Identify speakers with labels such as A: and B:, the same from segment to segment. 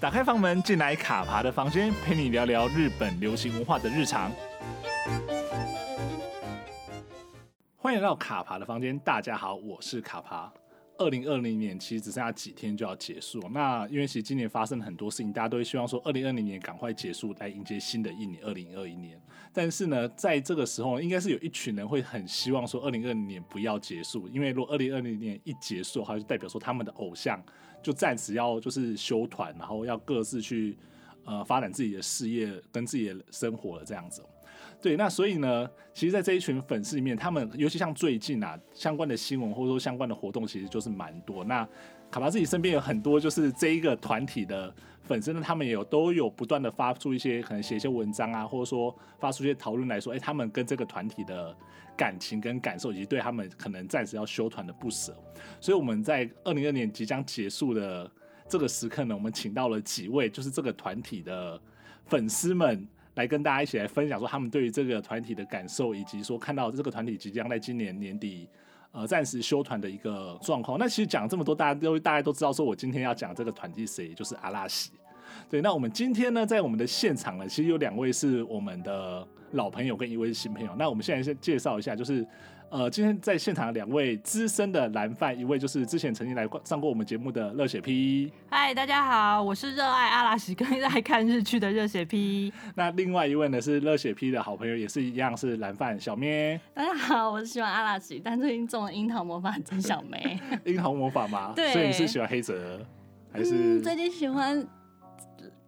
A: 打开房门，进来卡爬的房间，陪你聊聊日本流行文化的日常。欢迎来到卡爬的房间，大家好，我是卡爬。二零二零年其实只剩下几天就要结束，那因为其实今年发生了很多事情，大家都会希望说二零二零年赶快结束，来迎接新的一年二零二一年。但是呢，在这个时候，应该是有一群人会很希望说二零二零年不要结束，因为如果二零二零年一结束的话，就代表说他们的偶像就暂时要就是休团，然后要各自去呃发展自己的事业跟自己的生活了这样子哦、对，那所以呢，其实，在这一群粉丝里面，他们尤其像最近啊，相关的新闻或者说相关的活动，其实就是蛮多。那卡巴自己身边有很多就是这一个团体的粉丝呢，他们也有都有不断的发出一些可能写一些文章啊，或者说发出一些讨论来说，哎、他们跟这个团体的感情跟感受，以及对他们可能暂时要休团的不舍。所以我们在二零二年即将结束的这个时刻呢，我们请到了几位就是这个团体的粉丝们来跟大家一起来分享说他们对于这个团体的感受，以及说看到这个团体即将在今年年底。呃，暂时休团的一个状况。那其实讲这么多，大家都大家都知道，说我今天要讲这个团体谁，就是阿拉西。对，那我们今天呢，在我们的现场呢，其实有两位是我们的老朋友，跟一位是新朋友。那我们现在先介绍一下，就是呃，今天在现场的两位资深的蓝饭，一位就是之前曾经来过上过我们节目的热血 P，
B: 嗨，大家好，我是热爱阿拉西跟热爱看日剧的热血 P。
A: 那另外一位呢是热血 P 的好朋友，也是一样是蓝饭小咩，
C: 大家好，我是喜欢阿拉奇，但最近中了樱桃魔法真小梅。
A: 樱桃魔法嘛，
C: 对
A: 所以你是喜欢黑泽还是、
C: 嗯，最近喜欢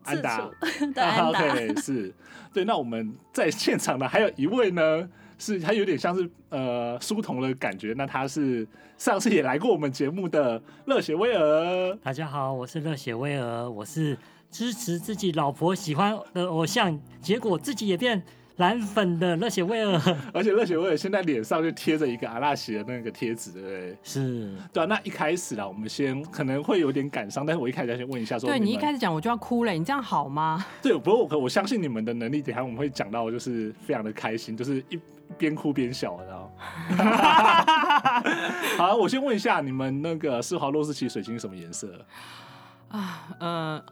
A: 安达
C: 自主对
A: 啊
C: 安达，
A: 对，是，对。那我们在现场的还有一位呢，是他有点像是呃书童的感觉。那他是上次也来过我们节目的热血威尔，
D: 大家好，我是热血威尔，我是支持自己老婆喜欢的偶像，结果自己也变蓝粉的热血威尔。
A: 而且热血威尔现在脸上就贴着一个阿拉西的那个贴纸，对不对？
D: 是，
A: 对啊，那一开始啊，我们先可能会有点感伤，但是我一开始要先问一下说，
B: 对
A: 你
B: 你一
A: 们
B: 开始讲我就要哭了，你这样好吗？
A: 对，不过我我相信你们的能力，等一下我们会讲到，就是非常的开心，就是一边哭边笑，然后。 好，我先问一下，你们那个施华洛世奇水晶是什么颜色？
B: 呃，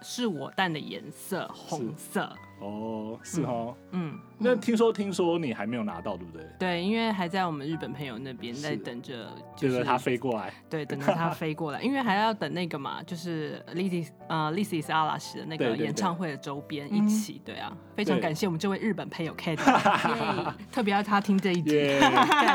B: 是我蛋的颜色，红色。
A: 哦，是哦。
B: 嗯，
A: 那听说听说你还没有拿到，对不对？
B: 对，因为还在我们日本朋友那边
A: 是
B: 在等着，
A: 就
B: 就是是
A: 它飞过来，
B: 对，等着他飞过来，因为还要等那个嘛，就是 Lizzy 呃 Lizzy 是阿拉西的那
A: 对
B: 个
A: 对对嗯
B: 演唱会的周边一起，对啊，非常
A: 对
B: 感谢我们这位日本朋友 Kate，啊
C: 耶
B: 特别要他听这一集。
A: 耶！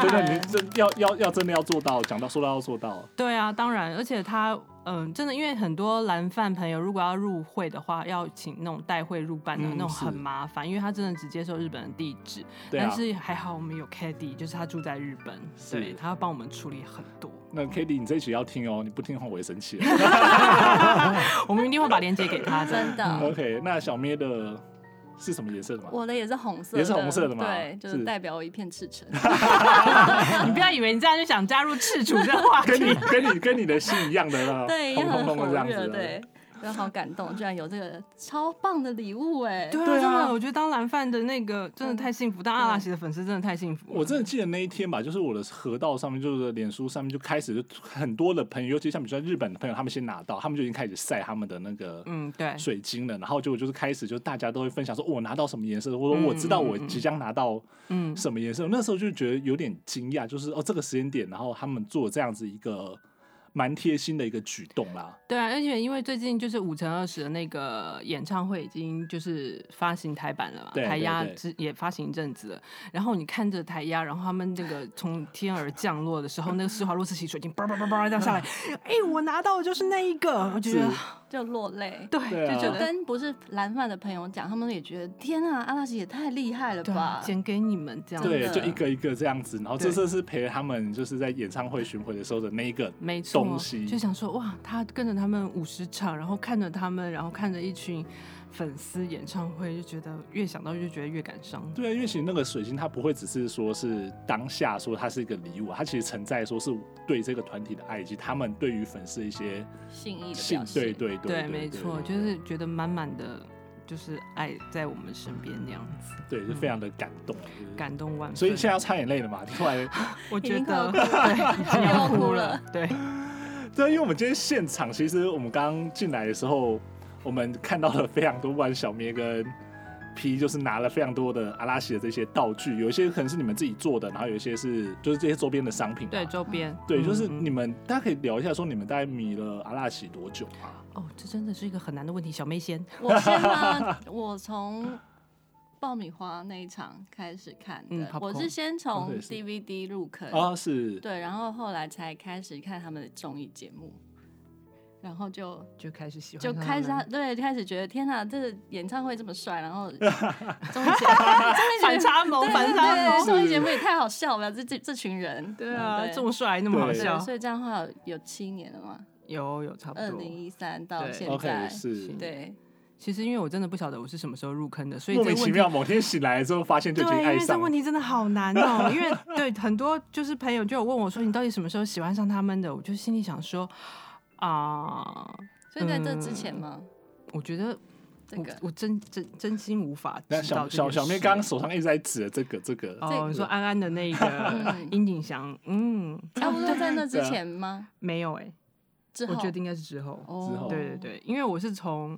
A: 真的，你真要要要真的要做到，讲到说到要做到，
B: 对啊，当然，而且他嗯，真的，因为很多蓝饭朋友如果要入会的话，要请那种代会入办的、
A: 嗯
B: 那种
A: 是
B: 很麻烦，因为他真的只接受日本的地址。
A: 对
B: 但
A: 啊。
B: 是还好我们有 Caddy，就是他住在日本，
A: 是
B: 对他要帮我们处理很多。
A: 那 k a t i e 你这一曲要听哦，你不听的话我会生气哦。
B: 我们一定会把链接给他的。
C: 真的，
A: OK，那小咩的是什么颜色的吗？
C: 我的也是红色的，
A: 也是红色的吗
C: 对，就是是代表我一片赤 诚。
B: 你不要以为你这样就想加入赤楚这话
A: 跟你
B: 题。啊
A: 跟你跟你的心一样的啦，
C: 对，也
A: 轰
C: 很
A: 轰轰的
C: 火
A: 这样
C: 热，
A: 子，啊
C: 对，， 我好感动，居然有这个超棒的礼物哎！
B: 对啊，
A: 对啊嗯
B: 真的，我觉得当蓝饭的那个真的太幸福，当阿拉西的粉丝真的太幸福了。
A: 我真的记得那一天吧，就是我的河道上面，就是脸书上面就开始就很多的朋友，尤其像比如说日本的朋友，他们先拿到，他们就已经开始晒他们的那个
B: 嗯，对，
A: 水晶了，然后结果就是开始就大家都会分享说，哦我拿到什么颜色，或者
C: 嗯
A: 我知道我即将拿到
B: 嗯，
A: 什么颜色，那时候就觉得有点惊讶，就是哦这个时间点，然后他们做这样子一个蛮贴心的一个举动啦，
B: 对啊，而且因为最近就是五乘二十的那个演唱会已经就是发行台版了嘛，
A: 对
B: 台压
A: 对对
B: 之也发行一阵子了。然后你看着台压，然后他们那个从天而降落的时候，那个施华洛世奇水晶叭叭叭叭这样 下来，哎、我拿到的就是那一个，我觉得
A: 是
C: 就落泪。
B: 对，
A: 对啊
B: 就
C: 就
B: 觉得
C: 跟不是蓝饭的朋友讲，他们也觉得天啊，阿拉奇也太厉害了
B: 对啊
C: 吧，！
B: 剪给你们这样，
C: 真
A: 对，
C: 的
A: 就一个一个这样子，然后这
B: 对
A: 次是陪了他们就是在演唱会巡回的时候的那一个
B: 没错
A: 东西，，
B: 就想说哇，他跟着他们五十场，然后看着他们，然后看着一群粉丝演唱会，就觉得越想到就觉得越感伤。
A: 对啊，因为其实那个水晶它不会只是说是当下说它是一个礼物啊，它其实承载说是对这个团体的爱以及他们对于粉丝的一些
C: 信义的
A: 信
C: 表。示
A: 对，对对，
B: 对，没错，就是觉得满满的就是爱在我们身边那样子，
A: 对，就非常的感动，就是
B: 感动万分。
A: 所以现在要擦眼泪了嘛？突然，
B: 我觉
C: 已经快
B: 得
C: 要哭
B: 对，已经要
C: 又哭
B: 哭
C: 了
B: 了，对，
A: 啊对，因为我们今天现场，其实我们刚进来的时候，我们看到了非常多，不管是小咩跟 P，就是拿了非常多的阿拉西的这些道具，有一些可能是你们自己做的，然后有一些是就是这些周边的商品嘛。
B: 对周边，
A: 对，就是
B: 嗯嗯
A: 你们大家可以聊一下，说你们大概迷了阿拉西多久啊？
B: 哦，这真的是一个很难的问题，小妹先。
C: 我 先呢，我从爆米花那一场开始看
B: 嗯
C: 的，
B: ，popcorn
C: 我是先
A: 哦
C: 从
A: 对是
C: DVD 入坑，
A: 啊，是，
C: 对，然后后来才开始看他们的综艺节目，然后就
B: 就开始喜欢
C: 就
B: 上
C: 开始
B: 们
C: 他对开始觉得天哪，这个演唱会这么帅，然后综艺节 目综艺
B: 反
C: 节目。
B: 差萌，
C: 对
B: 反
C: 对
B: 差
C: 对
B: 萌，
C: 综艺节目也太好笑了，这这这群人，
B: 对啊，
C: 对
B: 这么帅，那么好
A: 对
C: 对，
B: 笑，
C: 所以这样的话有有七年了嘛，
B: 有有差不
C: 二
B: 多。
C: 零一三到
B: 对
C: 现
A: OK
C: 在，
A: 是
B: 是。
C: 对，
B: 其实因为我真的不晓得我是什么时候入坑的，所以
A: 莫
B: 这个
A: 名
B: 问
A: 其
B: 题
A: 妙，某天醒来之后发现就已经
B: 对，因
A: 爱
B: 为这
A: 上了
B: 问。题真的好难哦、因为 对很多就是朋友就有问我说你到底什么时候喜欢上他们的，我就心里想说啊、
C: 所以在这之前嘛，
B: 我觉得
C: 这
B: 我
C: 个
B: 我真真真心无法知
A: 那
B: 道
A: 小
B: 这
A: 小
B: 件
A: 小妹
B: 事
A: 刚刚手上一直在指着这个这个，
B: 哦，你说安安的那 个
C: 嗯
B: 殷景祥，嗯，
C: 差不多在那之
A: 对啊
C: 前吗？
B: 没有哎、
C: 之后
B: 我觉得应该是之后，
A: 之后
C: 哦，
B: 对对对，因为我是从。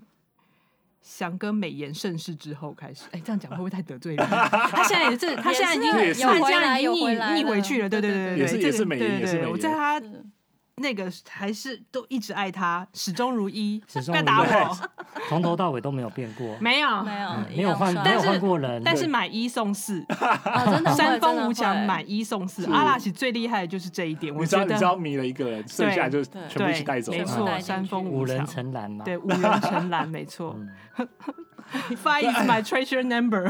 B: 翔哥美颜盛世之后开始，哎，这样讲会不会太得罪 人？ 他现啊在也是，他现在已经，
A: 也是
B: 他现
C: 有回
B: 在
C: 来
B: 已经
C: 有回
B: 逆
C: 来
B: 逆回
C: 了
B: 去了，对
C: 对
B: 对对，
C: 对
B: 嗯
A: 也是
B: 这
A: 也
B: 个
A: 是美
B: 对
A: 颜也
B: 对
A: 是
B: 对
A: 美
B: 我
A: 颜
B: 在他
C: 是
B: 那个还是都一直爱他，始终如一，
D: 始
B: 不
D: 终
B: 要
D: 如
B: 打
D: 一
B: 我，
D: 从头到尾都没有变过，
B: 没有，
C: 没
D: 嗯
C: 有
D: 没有换，没
B: 但
D: 有
B: 是
D: 换过人。
B: 但是买一送 四，
C: 哦，真的会
B: 三
C: 真的
B: 方
C: 会
B: 五强买一送四，阿拉奇最厉害的就是这一点，我
A: 你知道
B: 觉
A: 你
B: 得
A: 知道迷了一个人，剩下就全部一起带走嗯
B: 对
A: 了。啊
B: 没
C: 全
B: 错，
C: 部带进去
B: 三峰
D: 五人
B: 强
D: 成篮嘛，
B: 对，五人 成篮，没错。
D: 嗯
B: Five is my treasure number 。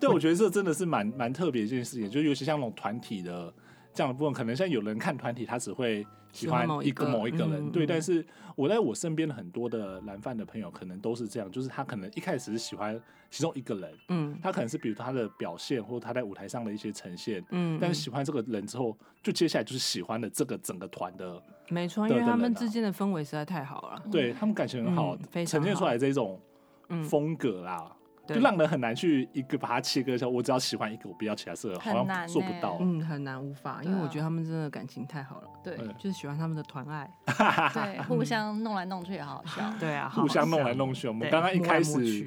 A: 对，我觉得这真的是蛮蛮特别的一件事情，就尤其像那种团体的这样的部分，可能像有人看团体，他只会喜欢
B: 喜欢某
A: 一
B: 一
A: 个
B: 个
A: 某一个人，
B: 嗯
A: 对。
B: 嗯
A: 但是我在我身边的很多的蓝饭的朋友，可能都是这样，就是他可能一开始是喜欢其中一个人，
B: 嗯
A: 他可能是比如他的表现或他在舞台上的一些呈现。
B: 嗯，
A: 但是喜欢这个人之后，就接下来就是喜欢了这个整个团的，
B: 没错，
A: 得
B: 因为
A: 的
B: 他
A: 人
B: 们
A: 啊
B: 之间的氛围实在太好了。
A: 对他们感情很好
B: 嗯，非常
A: 呈现出
B: 好
A: 来这种
B: 嗯，
A: 风格啦，
B: 对
A: 就，让人很难去一个把它切割掉。我只要喜欢一个，我不要其他色，好
C: 很
A: 像
C: 难
A: 做不
C: 欸
A: 到。
B: 嗯很难无法，因
C: 对
B: 为
C: 啊
B: 我觉得他们真的感情太好了，
C: 对
A: 嗯
B: 就是喜欢他们的团爱。
C: 对，互相弄来弄去也好好 笑。
B: 对 啊，
A: 互相弄来弄去。我
B: 我
A: 们刚刚一开 始，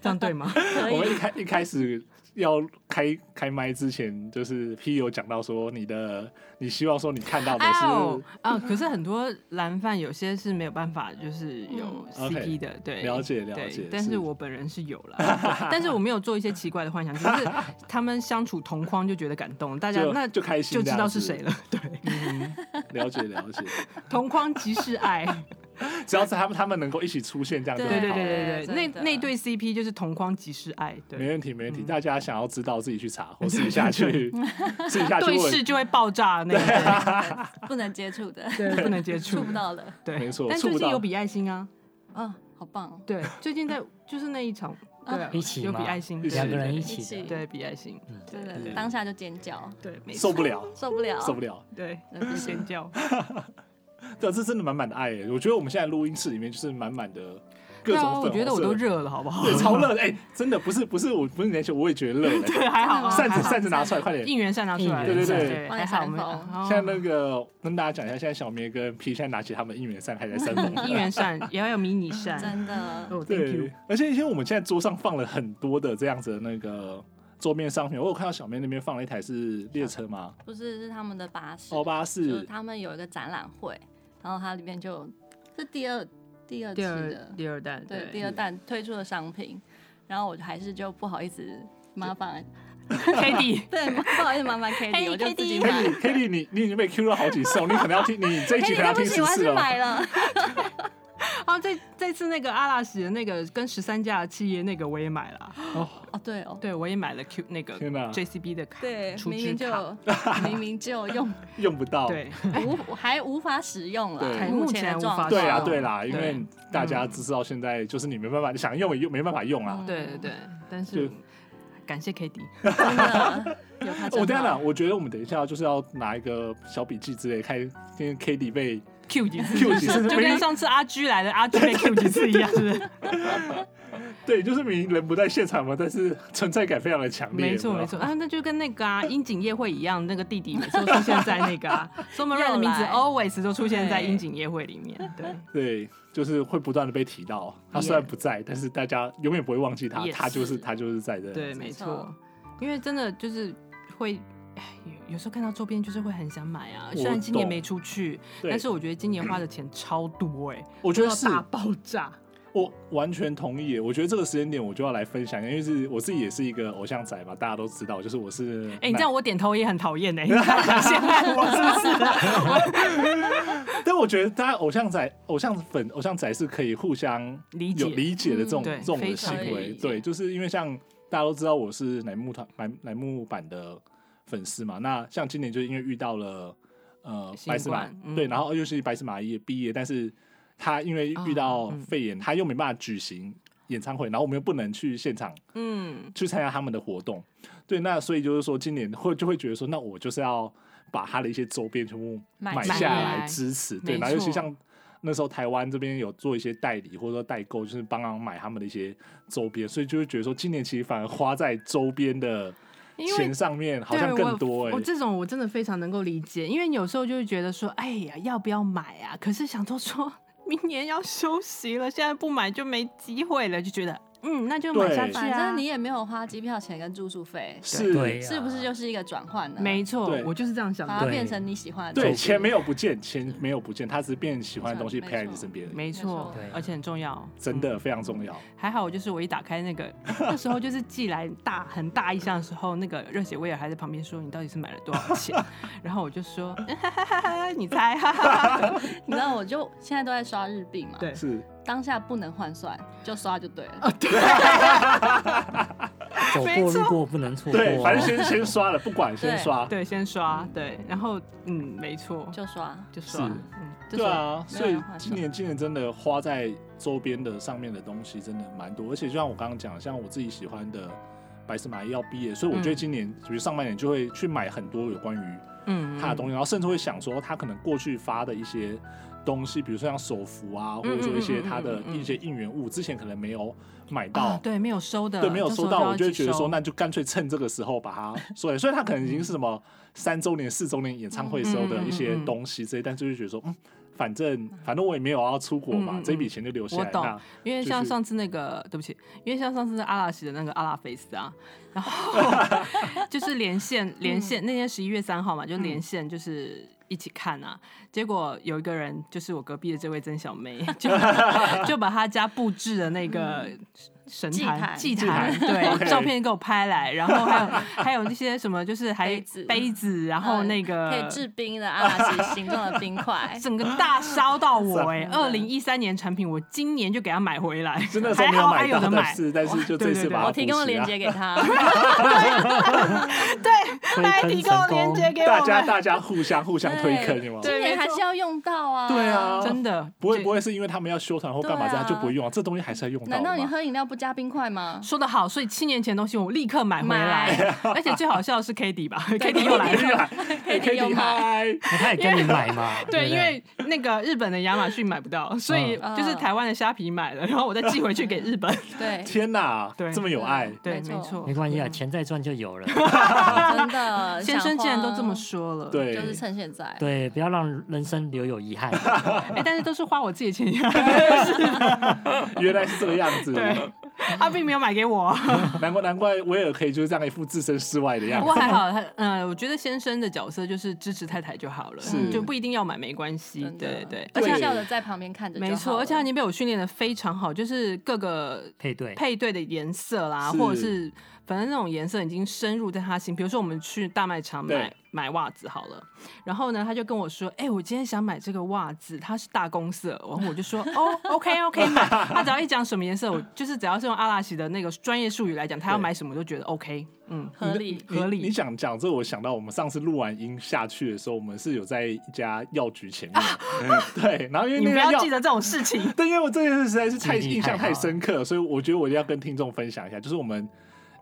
B: 这样对吗？
C: 可
A: 我们一
C: 以，
A: 开一开始要开开麦之前，就是 P 有讲到说你的，你希望说你看到的
B: 哦
A: 是
B: 啊！可是很多蓝饭有些是没有办法，就是有
C: 嗯
A: OK，
B: CP 的，对，
A: 了解了
B: 对
A: 解，
B: 但是我本人是有 了，对但是我没有做一些奇怪的幻想，只是他们相处同框就觉得感动，大家
A: 就
B: 那
A: 就开心
B: 就
A: 这
B: 知
A: 样
B: 道
A: 子
B: 是谁 了。对，
A: 了解了解，
B: 同框即是爱。
A: 只要是他们他们能够一起出现这样就
C: 对
A: 好
B: 对对
A: 了
B: 对对对，
C: 真
B: 那
C: 的
B: 那对 CP 就是同框即是爱，
A: 没
B: 对，
A: 问题没问题。大家想要知道自己去查 或自己下去自己下去
B: 对视
A: 问，
B: 就会爆炸那个，
C: 不能接触 的，
B: 对，不能接
C: 触
B: 触
C: 不。到的。
B: 对，
A: 没错
B: 但
A: 触
B: 最
A: 不
B: 近
A: 到
B: 有比爱心啊，
C: 啊，好棒哦！
B: 对，最近在就是那一场，对啊，
D: 一起
B: 有比
D: 嘛
B: 爱心，
A: 一起
B: 对
D: 两个人一
C: 一
D: 起
C: 起
D: 的，
B: 对比爱心，
C: 真
A: 对
C: 的，当下就尖叫，
B: 对，没
A: 受
B: 错，哦
A: 不了
C: 受不了，
A: 受不了。
B: 对，
C: 真的
B: 就是尖叫，
A: 对，啊这真的满满的爱耶！我觉得我们现在录音室里面就是满满的 各
B: 对
A: 种粉
B: 啊，
A: 红色
B: 我觉得我都热了，好不好？
A: 对，超热的！哎、真的不是不是我不是年轻，我也觉得热了。
B: 对，还好，啊
A: 扇
B: 还
A: 子
B: 好
A: 扇子拿出来，快点！
B: 应援扇拿出来，
D: 应
A: 援
B: 对
A: 扇
B: 对，
C: 帮
B: 还
C: 你
B: 好
C: 扇
B: 我们
C: 风
B: 哦
A: 现在那个跟大家讲一下，现在小咩跟 P 现在拿起他们应援扇，开始在扇
B: 应
A: 风。
B: 援扇也要有迷你扇，
C: 真的。
B: 哦，Thank
A: 对
B: you，，
A: 而且因为我们现在桌上放了很多的这样子的那个桌面商品，我有看到小咩那边放了一台是列车吗？
C: 不是，是他们的巴士，
B: 哦
A: 欧巴
C: 哦就是
A: 士，
C: 他们有一个展览会，然后它里面就是第二第二期
B: 第二
C: 的，
B: 第二弹，
C: 对，第二弹推出的商品，然后我还是就不好意思麻烦，
B: ，Kitty，
C: 对， 不好意思麻烦 k a t i e 我就自己
B: Katie
C: 买
A: Kitty Kitty，你你已经被 Q 了好几次哦，你可能要听，你这一
C: k
A: 集可
C: a t
A: 能
C: i
A: 要听
C: 对不
B: 哎
C: 起，
A: 十
C: 我还
A: 次
C: 是
A: 了。
C: 买了，
B: 哦，这这次那个阿拉西的那个跟十三家的企业那个我也买了，
A: 哦，
C: 哦，对哦，
B: 对我也买了 Q 那个
A: 天哪
B: JCB 的卡，
C: 对，
B: 储
C: 明
B: 值
C: 明
B: 卡，
C: 就 明明就用
A: 用不到。
B: 对，
C: 无还无法使用
A: 对
C: 了，
A: 还
B: 目
C: 目
B: 前
C: 前
B: 无
C: 的状
B: 法
C: 况。
A: 对啊啦
B: 哦
A: 对啦，因
B: 对嗯
A: 为大家知道现在就是你没办法，你想用也用没办法用啊啦。
B: 对对对，但是
A: 就
B: 感谢 Kitty，
C: 真 的有他
A: 我
C: 真
A: 哦等一下啦，
C: 的。
A: 我觉得我们等一下就是要拿一个小笔记之类，看今天 k d 被
B: Q 几 次
A: Q 几次，明
B: 就跟
A: 明 啊
B: 上次阿居来的阿居被 Q 几次一样，是不是？
A: 对，就是明明人不在现场嘛，但是存在感非常的强烈。
B: 没错
A: 有有
B: 没错啊，那就跟那 个啊樱井夜会一样，那个弟弟每次都出现在那个啊 Summer Rae 的名字
C: 又来
B: always 都出现在
C: 对
B: 樱井夜会里面，对，
A: 对，就是会不断的被提到。他虽然不在，但是大家永远不会忘记他，
B: Yes
A: 他就是他就是在这。
B: 对，没
C: 没
B: 错
C: 错，
B: 因为真的就是会。唉有有时候看到周边就是会很想买啊，
A: 我
B: 虽然今年
A: 懂
B: 没出去，
A: 对
B: 但是我觉得今年花的钱超多哎、
A: 我觉
B: 欸，
A: 得
B: 要
A: 是
B: 大爆炸。
A: 我完全同意耶。我觉得这个时间点我就要来分享一下，因为是我自己也是一个偶像仔嘛，大家都知道，就是我是
B: 哎、你这样我点头也很讨 厌哎，你看想陷害我是不是啊？
A: 但我觉得大家偶像仔、偶像粉、偶像仔是可以互相
B: 理解
A: 有理解的这种、
B: 嗯对
A: 这种的
B: 非
A: 行
B: 常
C: 可以
A: 为
C: 理，解
A: 对，就是因为像大家都知道我是乃木团、乃乃木坂的粉丝嘛，那像今年就因为遇到了呃
B: 新
A: 白石麻
B: 冠，嗯
A: 对，然后又是白石麻衣也毕业，但是他因为遇到
B: 啊嗯
A: 肺炎，他又没办法举行演唱会，然后我们又不能去现场
B: 嗯，
A: 去参加他们的活动，对，那所以就是说今年会就会觉得说，那我就是要把他的一些周边全部
C: 买
A: 买
B: 下
A: 下
B: 来
A: 来支持，对，
B: 没
A: 然后尤其
B: 错
A: 像那时候台湾这边有做一些代理或者说代购，就是帮忙买他们的一些周边，所以就会觉得说今年其实反而花在周边的
B: 因为
A: 钱上面好
B: 对
A: 像更多
B: 我
A: 哎、
B: 我这种我真的非常能够理解，因为有时候就会觉得说，哎呀，要不要买啊？可是想都说明年要休息了，现在不买就没机会了，就觉得嗯，那就买下去啊。
C: 反正你也没有花机票钱跟住宿费，
A: 是
D: 对啊
C: 是不是就是一个转换呢？
B: 没错
A: 对，
B: 我就是这样想
C: 把
B: 的。
C: 它
D: 对
C: 变成你喜欢的
A: 对
C: 东西
A: 钱没有不见，钱没有不见，他只是变喜欢的东西
C: 没
A: 陪在你
C: 错
A: 身边而已，
B: 没错
C: 没错
D: 对，
B: 而且很重要，嗯
A: 真的非常重要。
B: 还好，我就是我一打开那个， 那时候就是寄来大很大一箱的时候，那个热血威尔还在旁边说：“你到底是买了多少钱？” 然后我就说：“哈哈哈哈你猜。”哈哈哈
C: 你知道，我就现在都在刷日币嘛，
B: 对啊
A: 是，
C: 当下不能换算，就刷就对了。
D: 走
B: 没
D: 过
B: 错
D: 路过不能错过
A: 对， 反正
D: 哦。
A: 先先刷了，不管先
C: 对
A: 刷，
B: 对，先刷对，然后嗯，没错，
C: 就刷，
B: 就是刷，嗯，
C: 就
A: 对啊，
C: 刷
A: 所
C: 没有
A: 以
C: 人换算
A: 今年今年真的花在周边的上面的东西真的蛮多，而且就像我刚刚讲，像我自己喜欢的白石麻衣要毕业，所以我觉得今年，比如上半年就会去买很多有关于
B: 嗯，
A: 他的东西，然后甚至会想说他可能过去发的一些东西，比如说像手幅啊，或
B: 嗯
A: 者说一些
B: 嗯嗯
A: 他的
B: 嗯嗯
A: 一些应援物，之前可能没有买 到，。
B: 啊对，没有收的，
A: 对，没有
B: 呃这时
A: 收
B: 候
A: 到，
B: 要
A: 我就会
B: 一起
A: 觉得
B: 收
A: 说，那就干脆趁这个时候把它收来。虽然他可能已经是什么三周年、四周年演唱会时候的一
B: 嗯
A: 些东西之类，但是就觉得说，嗯，反正反正我也没有要出国嘛，
B: 嗯嗯嗯
A: 这笔钱就留下来。
B: 我懂
A: 那
B: 因为
A: 就
B: 像
A: 是
B: 上次那个，对不起，因为像上次那阿拉西的那个阿拉菲斯啊，然后就是连线连线、那天十一月三号嘛，就连线就是一起看啊，结果有一个人就是我隔壁的这位曾小妹，就就把她家布置的那个。神坛、
C: 祭
A: 坛
B: 坛，
A: 祭坛 OK
B: 对，照片给我拍来，然后还有还有那些什么，就是还
C: 杯子
B: 杯子，然后那个，
C: 可以制冰的阿拉西形状的冰 块
B: 整个大烧到我哎、
C: 真的
B: 二零一三年产品，我今年就给他买回来，
A: 真的是
B: 还
A: 没有
B: 好还
A: 买
B: 有
A: 到
B: 的
A: 的
B: 买，哦
A: 是，但是就这次
B: 对对对
A: 把它
C: 我提供
A: 补齐啊
C: 链接给 他，
B: 对，
D: 推
B: 来
D: 坑
B: 提
D: 成
B: 供
D: 功
B: 链接给我
A: 大
B: 们，
A: 家大家互相互相推坑，有吗？
B: 对
C: 今年还是要用到啊。
A: 对啊
B: 真的
A: 不会
B: 这
A: 不会是因为他们要修团或干嘛这样
C: 对
A: 就
C: 啊
A: 不会用啊？这东西还是要用到
C: 难道
A: 的
C: 你
A: 嘛。
C: 喝饮料不加冰块吗？
B: 说的好，所以七年前的东西我立刻买回来， 而且最好笑的是 k d 吧 k d 又来了。
A: 哎
C: Katie 有
A: Katie 嗨，
D: 那他也跟你买嘛？
B: 对，
D: 不
B: 因为那个日本的亚马逊买不到，所以就是台湾的虾皮买了，然后我再寄回去给日本。
C: 对，
A: 天哪，
B: 对
A: 这么有爱，
B: 对，
C: 没错
B: 没错，
D: 没关系啊，钱再赚就有了。
C: 真的，
B: 先生
C: 想
B: 既然都这么
C: 花，
B: 说了，，
A: 对，
C: 就是趁现在。
D: 对，不要让人生留有遗憾。
B: 哎，但是都是花我自己的钱，
A: 原来是这个样子。
B: 对，他并没有买给我。
A: 难怪难怪威尔可以就是这样一副置身事外的样
B: 不
A: 子
B: 过。还好，他嗯、我觉得先生的角色就是支持太太就好了
A: 是，
B: 就不一定要买没关系。
C: 真
B: 对
C: 的
B: 对，
A: 对
B: 而
C: 微
B: 且
C: 笑的在旁边看着就好了，
B: 没错，而且他已经被我训练的非常好，就是各个
D: 配对，
B: 配对的颜色啦，
A: 是
B: 或者是反正那种颜色已经深入在他心。比如说我们去大卖场买
A: 对
B: 买袜子好了，然后呢，他就跟我说：“哎、我今天想买这个袜子，它是大公色。”然后我就说：“哦，OK OK 买。”他只要一讲什么 颜色，我就是只要是用阿拉西的那个专业术语来讲，他要
A: 对
B: 买什么我都觉得 OK。嗯，
C: 合理。
A: 你
B: 合理
A: 你讲讲这，我想到我们上次录完音下去的时候，我们是有在一家药局前面，嗯对，然后因为
B: 啊你
A: 那
B: 不
A: 家
B: 要
A: 药
B: 记。得这种 事情。
A: 对，因为我这件事实在是太
D: 记忆力
A: 印象
D: 太
A: 太
D: 好
A: 深刻了，所以我觉得我一定要跟听众分享一下，就是我们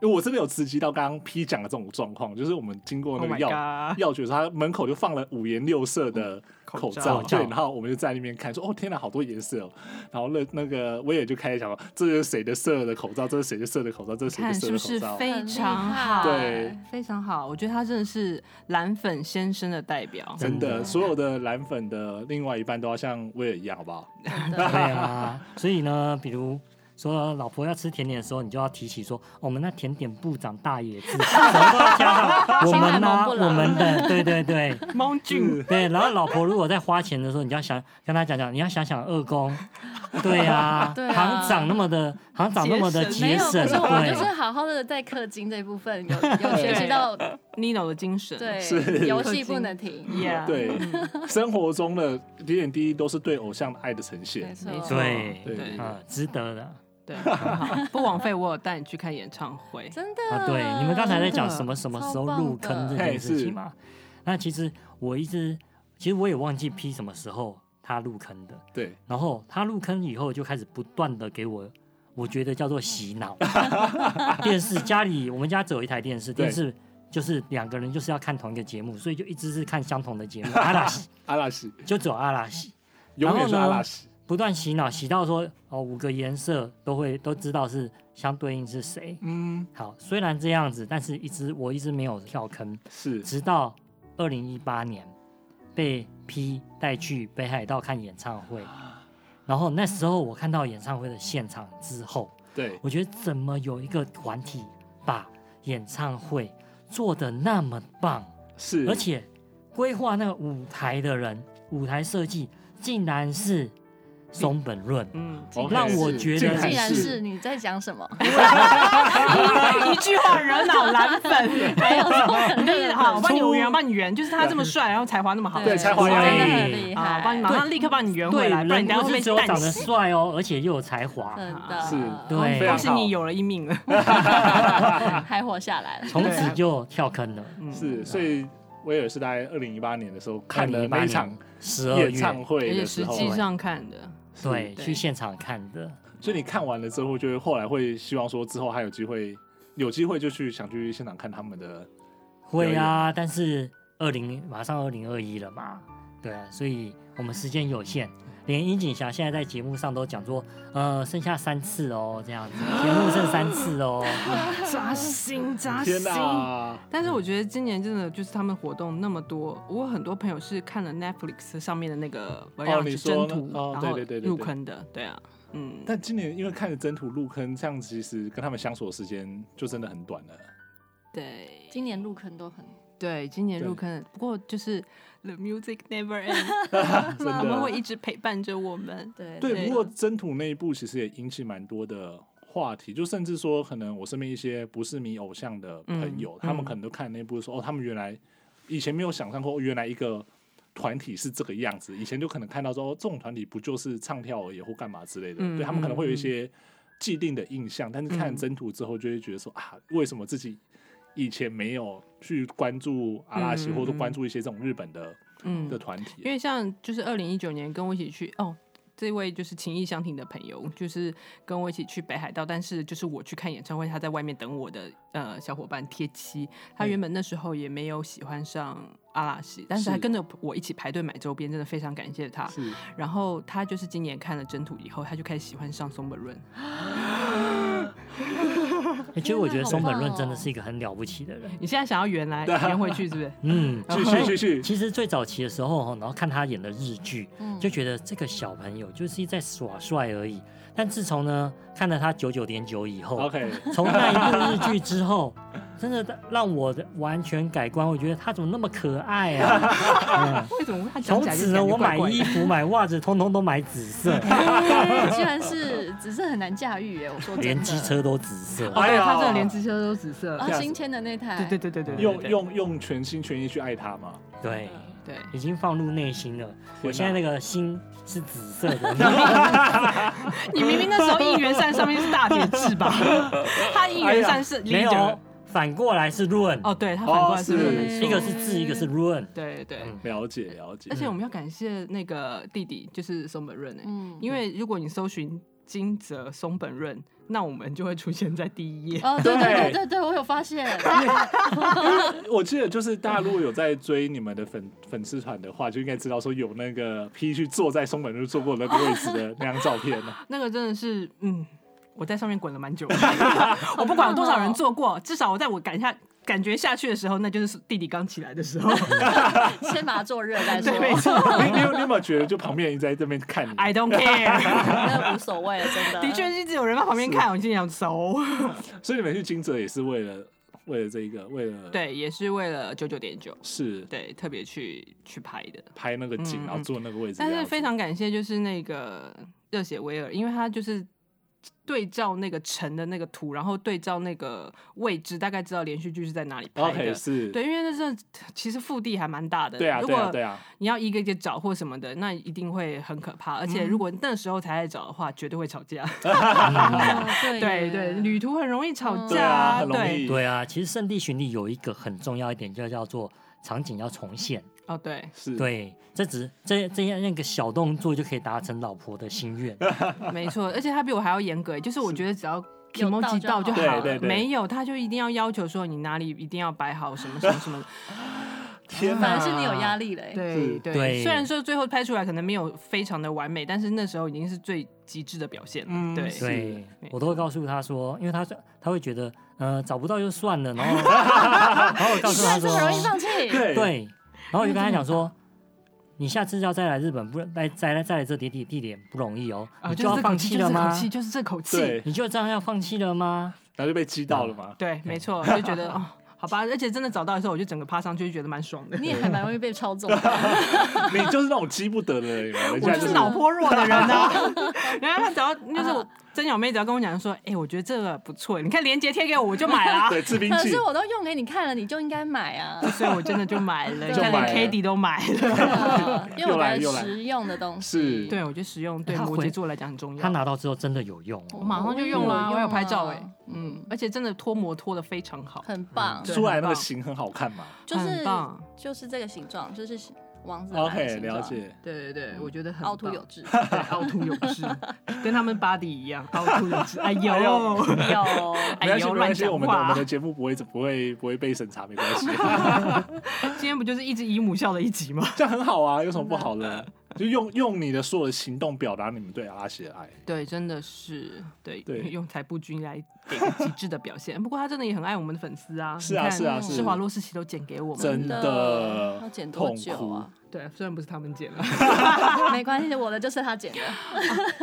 A: 因为我真的有刺激到刚刚 P 讲的这种状况，就是我们经过
B: Oh
A: 那个
B: my
A: 药、
B: god！
A: 药局的时候，他门口就放了五颜六色的口
E: 口罩
A: 罩，对，然后我们就在那边看，说哦天哪，好多颜色哦。然后那那个我也就开始想说，这是谁的色的口罩，这是谁的色的口罩，这是谁的
B: 看
A: 色
B: 是
A: 的
B: 不
A: 口
B: 是
A: 罩。
B: 非常好？
A: 对，
B: 非常好。我觉得他真的是蓝粉先生的代表。
A: 真
D: 真
A: 的，
D: 的
A: 所有的蓝粉的另外一半都要像威尔一样，好不好？
C: 真
D: 对
C: 的
D: 啊，所以呢，比如说老婆要吃甜点的时候，你就要提起说，哦我们那甜点部长大野智，什么都要加上我 们呢、
C: 青海蒙布朗
D: 我们的，对 对对
B: 猫俊，
D: 对。然后老婆如果在花钱的时候，你就要想跟她讲讲，你要想想二 公，对呀、
C: 对啊
D: 行长那么的，行长那么的
C: 没
D: 节
C: 有，
D: 省，
C: 可是我们就是
D: 对。
C: 好好的在氪金这部分有有学习 到，
B: Nino 的精神。
A: 是
C: 对游戏不能停，
B: ，Yeah，
A: 对，
B: 嗯
A: 生活中的点点滴滴都是对偶像爱的呈
C: 没
A: 现。
C: 错
B: 没，错
D: 对
A: 对
B: 对
D: 啊，值得的啊！
B: 对，很好，不枉费我有带你去看演唱会。
C: 真的。
D: 啊
C: 嗯
D: 对，你们刚才在讲
B: 真的
D: 什么什么时
C: 超
D: 候
C: 棒
D: 入坑这
A: 的嘿
D: 件事
A: 是
D: 情嘛？那其实我一直，其实我也忘记 P 什么时候他入坑的，
A: 对，
D: 然后他入坑以后就开始不断的给我，我觉得叫做洗脑。 电视家里我们家只有一台电视，
A: 对
D: 电视就是两个人就是要看同一个节目，所以就一直是看相同的节目，阿拉西
A: 阿拉西
D: 就只有阿拉西，
A: 永远是
D: 然
A: 阿
D: 后呢
A: 拉西，
D: 不断洗脑，洗到说哦五个颜色都会都知道是相对应是谁。
A: 嗯，
D: 好，虽然这样子，但是一直我一直没有跳坑，
A: 是
D: 直到二零一八年被 P 带去北海道看演唱会，然后那时候我看到演唱会的现场之后，
A: 对，
D: 我觉得怎么有一个团体把演唱会做的那么棒，
A: 是，
D: 而且规划那个舞台的人，舞台设计竟然是松本润，
B: 嗯，
A: OK
D: 让我觉
A: 竟
D: 得
C: 既然
A: 是
C: 是你在讲什么，
B: 一句话惹恼蓝粉。
C: 没有错，
B: 你就是好，我帮你圆，我帮你圆，就是他这么帅，然后才华那么
D: 啊
B: 好，
A: 对才华
D: 洋
C: 真
D: 溢
C: 的很厉
B: 啊，
C: 害，
B: 我帮你马上立刻帮你圆回
D: 对
B: 来，不然
D: 人
B: 你等下
D: 不
B: 会
D: 是
B: 被
D: 只有
B: 淡
D: 长得
B: 死。
D: 帅哦，而且又有才华，
C: 真的
B: 啊
A: 是
D: 对
B: 恭喜你有了一命了。
C: 还活下来了，
D: 从此就跳坑了。
B: 嗯，
A: 是，所以威尔是在二零一八年的时候看了那一场
D: 十二
A: 演
D: 月，
A: 唱
B: 而
A: 会嗯
B: 且
A: 的
B: 实
A: 时候，
B: 际上看的，
D: 对，
B: 对
D: 去现场看的。
A: 所以你看完了之后，就会后来会希望说之后还有机会，有机会就去想去现场看他们的，
D: 会啊，但是二零马上二零二一了嘛，对啊，所以我们时间有限，连樱井霞现在在节目上都讲说，呃，剩下三次哦，这样子，节目剩三次哦，
B: 扎心扎
A: 天啊哪，
B: 但是我觉得今年真的就是他们活动那么多，我有很多朋友是看了 Netflix 上面的那个《我要
A: 你
B: 去
A: 说
B: 征
A: 那
B: 途
A: 哦》，
B: 然
A: 对
B: 后
A: 对对对
B: 入
A: 对
B: 坑的，对啊，嗯，
A: 但今年因为看着征途入坑，这样其实跟他们相处的时间就真的很短了。
B: 对
C: 今年入坑都很
B: 对，今年
A: 对
B: 入坑，不过就是 The Music Never Ends，
A: 真 的
B: 他们会一直陪伴着我们。
C: 对
A: 对，
B: 对
A: 不过征途那一部其实也引起蛮多的话题，就甚至说，可能我身边一些不是迷偶像的朋友，
B: 嗯
A: 他们
B: 嗯
A: 可能都看那一部说，哦，他们原来以前没有想象过，哦原来一个团体是这个样子，以前就可能看到说，哦，这种团体不就是唱跳而已或干嘛之类的，
B: 嗯
A: 对他们可能会有一
B: 嗯嗯
A: 些既定的印象，但是看
B: 嗯
A: 征途之后，就会觉得说、啊，为什么自己以前没有去关注阿拉西，
B: 嗯嗯
A: 或者
B: 嗯
A: 关注一些这种日本的
B: 嗯
A: 的，团体，
B: 因为像就是二零一九年跟我一起去哦，这位就是情谊相挺的朋友，就是跟我一起去北海道，但是就是我去看演唱会，他在外面等我的呃小伙伴贴七，他
A: 嗯
B: 原本那时候也没有喜欢上阿拉西，但是
A: 是
B: 他跟着我一起排队买周边，真的非常感谢他。
A: 啊是
B: 然后他就是今年看了《征途》以后，他就开始喜欢上松本润，
D: 其实我觉得松本润
C: 好棒哦
D: 真的是一个很了不起的人。
B: 你现在想要圆来圆回去是不是？
D: 嗯，
A: 继续继续
D: 其实最早期的时候，然后看他演的日剧，
C: 嗯
D: 就觉得这个小朋友就是在耍帅而已。但自从呢看了他九九点九以后，
A: ，OK，
D: 从那一部日剧之后， 真的让我的完全改观。我觉得他怎么那么可爱 啊！嗯
B: 为什么他讲
D: 从
B: 起来就
D: 此呢，
B: 感觉
D: 我
B: 怪
D: 买
B: 怪的哦
D: 衣服、买袜子，通通都买紫 色，
C: 哎 居然是只是很难驾驭哎，我说真的
D: 连机车都紫色。
B: 哦，对，
A: 哎呀
B: 他这个连机车都紫色，
C: 啊，新签的那台，
B: 对对对对对，对
A: 用
B: 对
A: 用用全心全意去爱他嘛。
D: 对，
B: 对。
D: 已经放入内心了。我现在那个心是紫色 的，
B: 你明明那时候应援扇上面是大铁制 吧？他应援扇是
D: 没
B: leader
D: 有。，反过来是润，
B: 啊哦，对他反过来是
A: 哦是
B: leader，没
C: 嗯
B: 错
D: 一个是字，一个是润。
B: 对对。
D: 嗯
A: 了解了解
B: 而，且我们要感谢那个弟弟，就是松本润诶，欸
C: 嗯，
B: 因为如果你搜寻金泽、松本润，那我们就会出现在第一页。
C: 哦，对对
A: 对
C: 对对对，我有 发现，
A: 我记得就是大家如果有在追你们的粉 粉丝团的话，就应该知道说有那个 P 去坐在松本润坐过的那个位置的那张照片呢。
B: 那个真的是，嗯，我在上面滚了蛮 久的，我不管有多少人坐过，至少我在我赶下感觉下去的时候，那就是弟弟刚起来的时候。
C: 先把它做热再说
B: 对，， 没错
A: 你你有你有没有觉得就旁边人一直在这边看你？
B: ，I don't care。
C: 那无所谓了，真的。
B: 的确，是一直有人在旁边看，我心想熟。
A: 所以你们去金泽也是为了为了这一个，为了
B: 对，也是为了九九点九，
A: 是
B: 对，特别去去拍的。
A: 拍那个景，
B: 嗯
A: 然后坐那个位置这样子。
B: 但是非常感谢，就是那个热血威尔，因为他就是对照那个城的那个图，然后对照那个位置，大概知道连续剧是在哪里拍
A: OK
B: 的。
A: 是，
B: 对，因为那阵其实腹地还蛮大的，
A: 对啊
B: 如
A: 对啊
B: 果
A: 对啊，
B: 你要一个一个找或什么的，那一定会很可怕。而且
A: 嗯
B: 如果那时候才在找的话，绝对会吵架。
C: 哦对
B: 对
C: 耶
B: 对，旅途很容易吵
C: 嗯
A: 对
B: 架
A: 啊
B: 啊，
A: 很容易
D: 对啊，其实圣地巡礼有一个很重要一点，就叫做场景要重现。
B: 哦对，
A: 是，
D: 对，这只这这样那个小动作就可以达成老婆的心愿。
B: 没错，而且他比我还要严格，欸就是我觉得只要。
C: 有到
B: emoji
C: 就
B: 到就
C: 好
A: 对
B: 好
A: 对
B: 了，
A: 对
B: 没有他就一定要要求说你哪里一定要摆好什么什么什么，
A: 天哪，
C: 反而是你有压力嘞。
A: 是
B: 啊对对
D: 对
B: 虽然说最后拍出来可能没有非常的完美，但是那时候已经是最极致的表现了。
A: 嗯
B: 对
A: 是
D: 对
B: 没，
D: 我都会告诉他说，因为他说他会觉得，呃，找不到就算了，然后然后我告
C: 你
D: 诉
C: 居
D: 他
C: 然这
D: 说，
C: 么容易放弃？
A: 对
D: 对，然后我就跟他讲说，你下次要再来日本不来再来再来这地地地点不容易哦，
B: 啊，
D: 你
B: 就是
D: 要
B: 这
D: 放
B: 口气，
D: 弃
B: 就
D: 了
B: 是这口
D: 吗？
B: 气，就是这口气。
A: 对，
D: 你就这样要放弃了吗？
A: 然后就被击到了嘛。
B: 对，没错，就觉得哦，好吧，而且真的找到的时候，我就整个趴上去，就觉得蛮 爽的。
C: 你也还蛮容易被操纵的，
B: 嗯
A: 你就是那种激不得的人，人
B: 我
A: 家
B: 就是
A: 是
B: 脑波弱的人 呐、然后他只要就是我曾小妹只要跟我讲说，哎、我觉得这个不错，你看链接贴给我，我就买啊啦、
A: 对制冰
C: 可
A: 器
C: 是，我都用给你看了，你就应该 买啊。
B: 所以我真的就买 了，你
A: 就
B: 看
A: 买了
B: 连 k d 都买了。
C: 啊因为
A: 又
C: 我
A: 来
C: 觉
A: 又
C: 得
A: 来
C: 实用的东
A: 是
C: 西，
B: 对，我觉得实用对
D: 他
B: 摩
D: 回
B: 羯座来讲很重
D: 他
B: 要。
D: 拿到之后真的有用
B: 我
D: 哦。
B: 马上就用
C: 我也
B: 了，
C: 有
B: 我有拍照
C: 啊
B: 哎、嗯，而且真的脱模脱的非常好，
C: 很棒，
B: 嗯对
A: 出来那
B: 很
A: 个
B: 棒
A: 形很好看嘛。
C: 就是
B: 很棒。
C: 就是这个形状，就是王子兰的
A: OK，
C: 形状
A: 了，解。
B: 对对对，我觉得很
C: 凹凸
B: 棒
C: 有致。
B: 对，凹凸有致， 跟他们 body 一样，凹凸有 致。哎呦，
A: 哎呦
B: 呦，
A: 没关
B: 哎
A: 系，
B: 呦，
A: 没
B: 乱
A: 关系，我
B: 讲
A: 们的我
B: 话
A: 们。的节目不会不 会不会被审查，没关系，
B: 今天不就是一直以母校的一集吗？
A: 这样很好啊，有什么不好的？就用用你的所有的行动表达你们对阿拉西的爱。
B: 对，真的是对，
A: 对
B: 用财布君来给个极致的表 现。不过他真的也很爱我们的粉丝啊，
A: 是啊
B: 你看
A: 是啊
C: 是
B: 施华洛世奇都剪给我们，
A: 真的
C: 要剪多
A: 痛
C: 久
A: 苦
C: 啊？
B: 对，虽然不是他们剪了，
C: 没关系，我的就是 他剪的。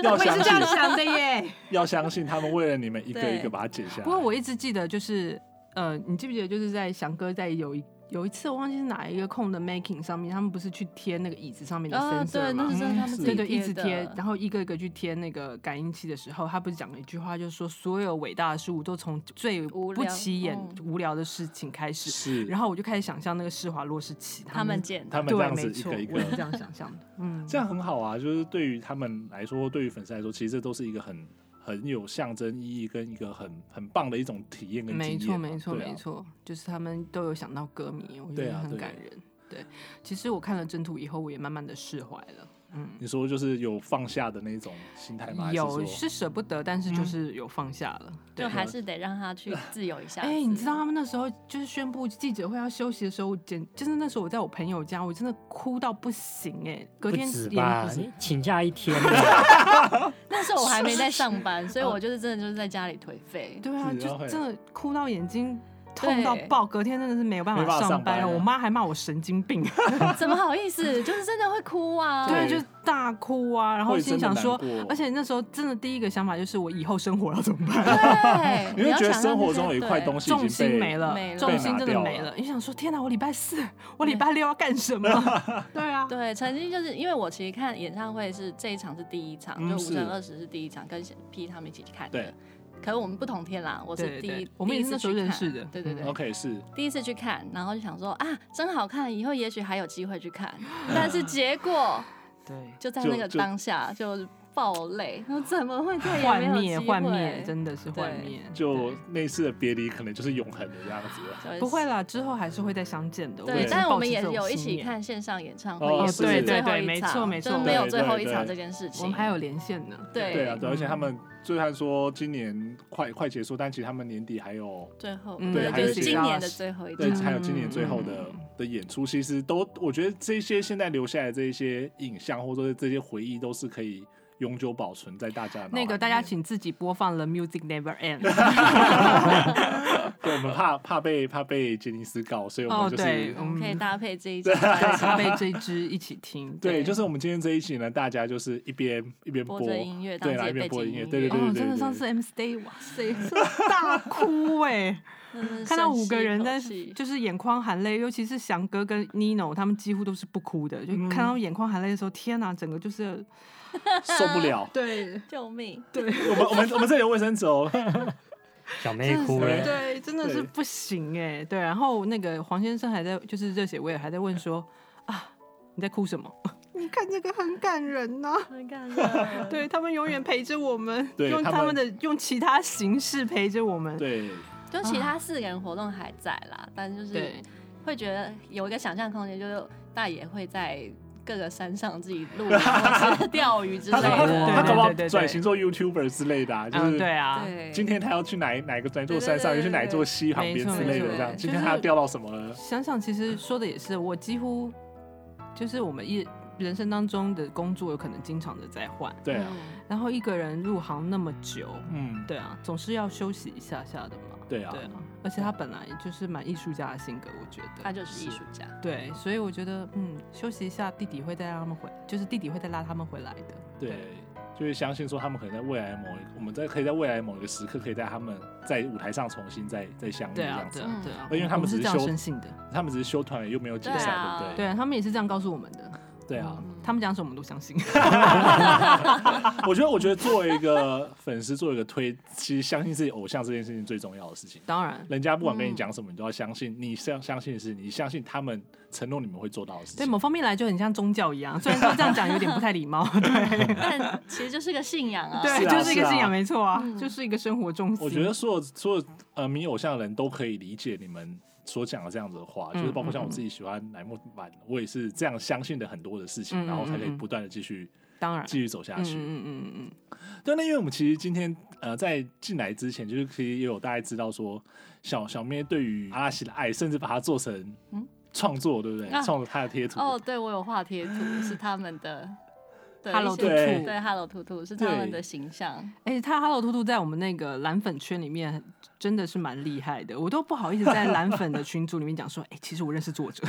A: 要
B: 我也是
A: 相
B: 这样
A: 信，
B: 想的耶。
A: 要相信他们为了你们一个
C: 对
A: 一个把它剪下来。
B: 不过我一直记得，就是呃，你记不记得，就是在翔哥在有一有一次，我忘记是哪一个空的 making 上面，他们不是去贴那个椅子上面的
C: 啊，
B: sensor
C: 对，那
B: 吗？
C: 是真的他们自己
B: 嗯对对，一直
C: 的
B: 贴，然后一个一个去贴那个感应器的时候，他不是讲了一句话，就是说所有伟大的事物都从最
C: 无
B: 不
C: 聊
B: 起眼、
C: 嗯
B: 无聊的事情开始。
A: 是，
B: 然后我就开始想象那个施华洛世奇
C: 他们剪
A: 他
C: 的，
A: 们这
B: 对，
A: 样子
B: 没
A: 一
B: 错，
A: 个一
B: 我也是这
A: 个，
B: 样想象的。嗯，
A: 这样很好啊。就是对于他们来说，对于粉丝来说，其实这都是一个很很有象征意义跟一个很很棒的一种体验跟经
B: 没
A: 验
B: 错，
A: 嘛。
B: 没错，
A: 对啊
B: 没。错，就是他们都有想到歌迷，我觉
A: 对
B: 得
A: 啊
B: 很
A: 对
B: 感人。对，其实我看了《征途》以后，我也慢慢的释怀了。嗯，
A: 你说就是有放下的那种心态吗？还
B: 有
A: 说
B: 是舍不得，但是就是有放下了。对
C: 就，还是得让他去自由一下。
B: 哎、你知道他们那时候就是宣布记者会要休息的时候，我简就是那时候我在我朋友家，我真的哭到不行哎、隔
D: 不
B: 天
D: 止
B: 也
D: 吧
B: 不是，
D: 你请假 一天，
C: 那时候我还没在上班，所以我就是真的就是在家里颓
B: 哦
C: 废。
B: 对啊，
A: 是
B: 就
A: 然后还
B: 真的哭到眼睛痛到
C: 对
B: 爆，隔天真的是没有办
A: 没办
B: 法
A: 法
B: 上
A: 上班
B: 班，
A: 了
B: 我妈还骂我神经病，
C: 怎么好意思？ 就是真的会哭 啊。
B: 对，
A: 对
B: 就是大哭啊，然后
A: 会
B: 心想说
A: 真的难过，
B: 而且那时候真的第一个想法就是我以后生活要怎么 办，
C: 对，
A: 你会
C: 要
A: 觉得
C: 想
A: 生活
C: 让这
A: 中
C: 些
A: 有一块东西已
B: 重
A: 经
B: 心
A: 被
B: 没了
C: 没，了
B: 重心真
A: 被
B: 的没
A: 拿掉了
B: 了，你想说天哪，我礼拜四，我礼拜六要干什么？对啊，
C: 对，对，曾经就是因为我其实看演唱会是这一场是第一场，
A: 嗯
C: 就五
A: 是
C: 乘二十是第一场，跟 P 他们一起去看的。
A: 对
C: 可是我们不同天啦，我是
B: 对
C: 第
B: 对
C: 一，
B: 我们也
C: 第一
B: 是那时
C: 次
B: 候
C: 去
B: 认
C: 看
B: 识的嗯
C: 对对对，
A: OK 是
C: 第一次去看，然后就想说啊，真好看，以后也许还有机会去看。但是结果
B: 对。
C: 就在
A: 就
C: 那个
A: 就
C: 当下就爆泪，然后怎么会再也
B: 幻
C: 没有
B: 灭，
C: 机会？
B: 幻灭，真的是幻
C: 对
B: 灭。
A: 就那次的别离可能就是永恒的这样子了。
C: 就是
B: 不会啦，之后还是会再相见的。
C: 对
A: 也，是
C: 但
B: 是
C: 我们
B: 抱持
C: 也
B: 这种
C: 有
B: 信
C: 一起
B: 念，
C: 看线上演唱会，
A: 哦
C: 也不
A: 对
C: 是
A: 对
C: 最后
B: 对
C: 一
B: 没
C: 场，
B: 错没
C: 就
B: 错
C: 没有
A: 对
C: 最后一
A: 对
C: 场
A: 对
C: 这件事情。
B: 我们还有连线呢。
C: 对
A: 对啊，对，而且
B: 嗯
A: 他们虽然说今年快快结束，但其实他们年底还有
C: 最后，
B: 嗯
A: 对还
C: 就
A: 有
C: 是
A: 一些
C: 今年的最后一
A: 对，
B: 嗯
A: 还
C: 场。
A: 有今年最后的的演出，其实都我觉得这些现在留下来的这一些影像，或者是这些回忆，都是可以永久保存在大家的脑海
B: 那个
A: 里
B: 大家
A: 面，
B: 请自己播放《The Music Never End》
A: 对我们怕怕被怕被杰尼斯告，所以我
B: 哦，
A: 们就是、
B: 对，
C: 我们可以搭配这一张
A: 对
C: 专辑
B: 搭配这支一起听。
A: 对，就是我们今天这一期呢，大家就是一边一边播
C: 播着音乐当
A: 对，然后
C: 自
A: 一
C: 己的
A: 边
C: 背
A: 播
C: 景
A: 音乐，
C: 音
A: 对对
C: 乐
A: 对
B: 哦，
A: 对
B: 真的
A: 对
B: 上
A: 对
B: 次 M Stay，哇塞，真的大哭哎！
C: 真是
B: 看到
C: 深
B: 五
C: 吸
B: 个
C: 一
B: 人
C: 口
B: 在
C: 气
B: 就是眼眶含泪，尤其是翔哥跟 Nino 他们几乎都是不哭的，就看到眼眶含泪的时候，天哪，整个就是。
A: 受不 了
B: 对
C: 救命！
A: 我们我们我们这里有卫生纸哦，
D: 小妹哭了。
B: 对，真的是
A: 对
B: 不行哎。对，然后那个黄先生还在，就是热血威尔还在问说啊，你在哭什么？你看这个很感人呐、
C: 很感人。
B: 对他们永远陪着我们，
A: 对
B: 用
A: 他
B: 他们
A: 们
B: 的用其他形式陪着我们。
A: 对，
C: 就其他四个人活动还在啦，但就是
B: 啊对
C: 会觉得有一个想象空间，就是大爷会在各个山上自己 露营或是钓鱼之类
A: 他他
C: 的。
A: 他搞不好
B: 对对对对
A: 转型做 YouTuber 之类的、啊，就
B: 嗯，
A: 是
B: 对啊，
C: 对，
A: 今天他要去哪一哪一个哪一座山上，
C: 对对对
A: 又去哪一座溪旁边之类
C: 没
A: 的
C: 错
A: 这样。
C: 没错
A: 今天他要钓到什么了？
B: 想想其实说的也是，我几乎就是我们一人生当中的工作有可能经常的在换，
A: 对啊，
C: 嗯
B: 然后一个人入行那么久，
A: 嗯，
B: 对啊，总是要休息一下下的嘛。
A: 对啊
B: 对啊，而且他本来就是蛮艺术家的性格，我觉
C: 他
B: 得。
C: 就是艺术家。
B: 对，所以我觉得，嗯，休息一下，弟弟会再让他们回，就是弟弟会再拉他们回来的。
A: 对，就是相信说他们可能在未来某一，我们在可以在未来某一个时刻，可以在他们在舞台上重新再再相遇这
B: 对啊
A: 样，
B: 对
A: 子。
B: 啊，对啊，
A: 因为他们
B: 我
A: 只
B: 是
A: 是
B: 这样
A: 休
B: 深信的，
A: 他们只是修团了，又没有解
C: 对
A: 散，
C: 啊
A: 对不对？
B: 对他们也是这样告诉我们的。
A: 对啊，
B: 他们讲什么我们都相信。
A: 我觉得，我觉得作为一个粉丝，作为一个推，其实相信自己偶像这件事情最重要的事情。
B: 当然，
A: 人家不管跟你讲什么，你都要相信。你相相信的是，你相信他们承诺你们会做到的事
B: 对
A: 情。
B: 某方面来就很像宗教一样，虽然说这样讲有点不太礼貌， 对
C: 但其实就是个信仰啊。
B: 对，
A: 啊是啊
B: 就是一个
A: 是啊
B: 信仰，没错啊
C: 嗯，
B: 就是一个生活重心。
A: 我觉得所有所有呃迷偶像的人都可以理解你们所讲的这样子的话，
B: 嗯
A: 就是包括像我自己喜欢乃木坂，我也是这样相信的很多的事情，
B: 嗯
A: 然后才可以
B: 嗯嗯
A: 不断的继续
B: 当然，
A: 继续走
B: 嗯
A: 下
B: 嗯
A: 去。
B: 嗯嗯嗯，
A: 对，那因为我们其实今天呃在进来之前，就是其实也有大概知道说小小咩对于阿拉西的爱，甚至把它做成
C: 嗯
A: 创作，对不对？
C: 啊
A: 创作他的贴图。
C: 哦，对，我有画贴图，是他们的。对
B: Hello
C: 一些
A: 兔兔
C: 对，Hello 兔兔是他
A: 对
C: 们的形象，
B: 哎，他 Hello 兔兔在我们那个蓝粉圈里面真的是蛮厉害的，我都不好意思在蓝粉的群组里面讲说，哎，其实我认识作者，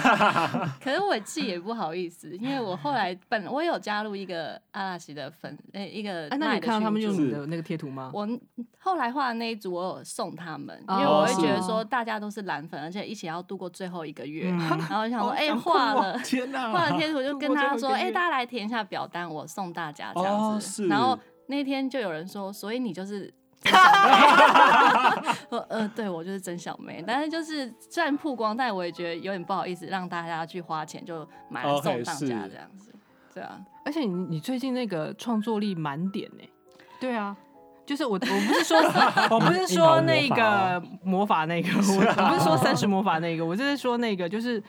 C: 可是我自己也不好意思，因为我后来本我有加入一个阿拉西的粉，呃，一个
B: 哎，那
C: Line
B: 你
C: 的
B: 看到他们
C: 群
B: 用
C: 组
B: 你的那个贴图吗？
C: 我后来画的那一组，我有送他们，
B: 哦
C: 因为我会觉得
B: 是
C: 说大家都是蓝粉，而且一起要度过最后一个月，
A: 嗯
C: 然后想
B: 好
C: 说，哎、
B: 想哭
C: 画
B: 哦
C: 了。
A: 天哪、
C: 画了贴图就
B: 度
C: 跟
B: 过最后
C: 他
B: 一
C: 说：“
B: 个
C: 哎、
B: 月
C: 大家来填一下表单，我送大家这
A: 哦
C: 样子。
A: 是
C: 然后那天就有人说：“所以你就是 真小妹。” 我呃，对我就是真小妹，但是就是虽然曝光，但我也觉得有点不好意思，让大家去花钱就买了
A: OK，
C: 送大
A: 是
C: 家这样子。对啊，
B: 而且你你最近那个创作力满点呢、对啊，就是我我不 是说我不是说那个魔法那个，我我不是说三十魔法那个，我就是说那个就是。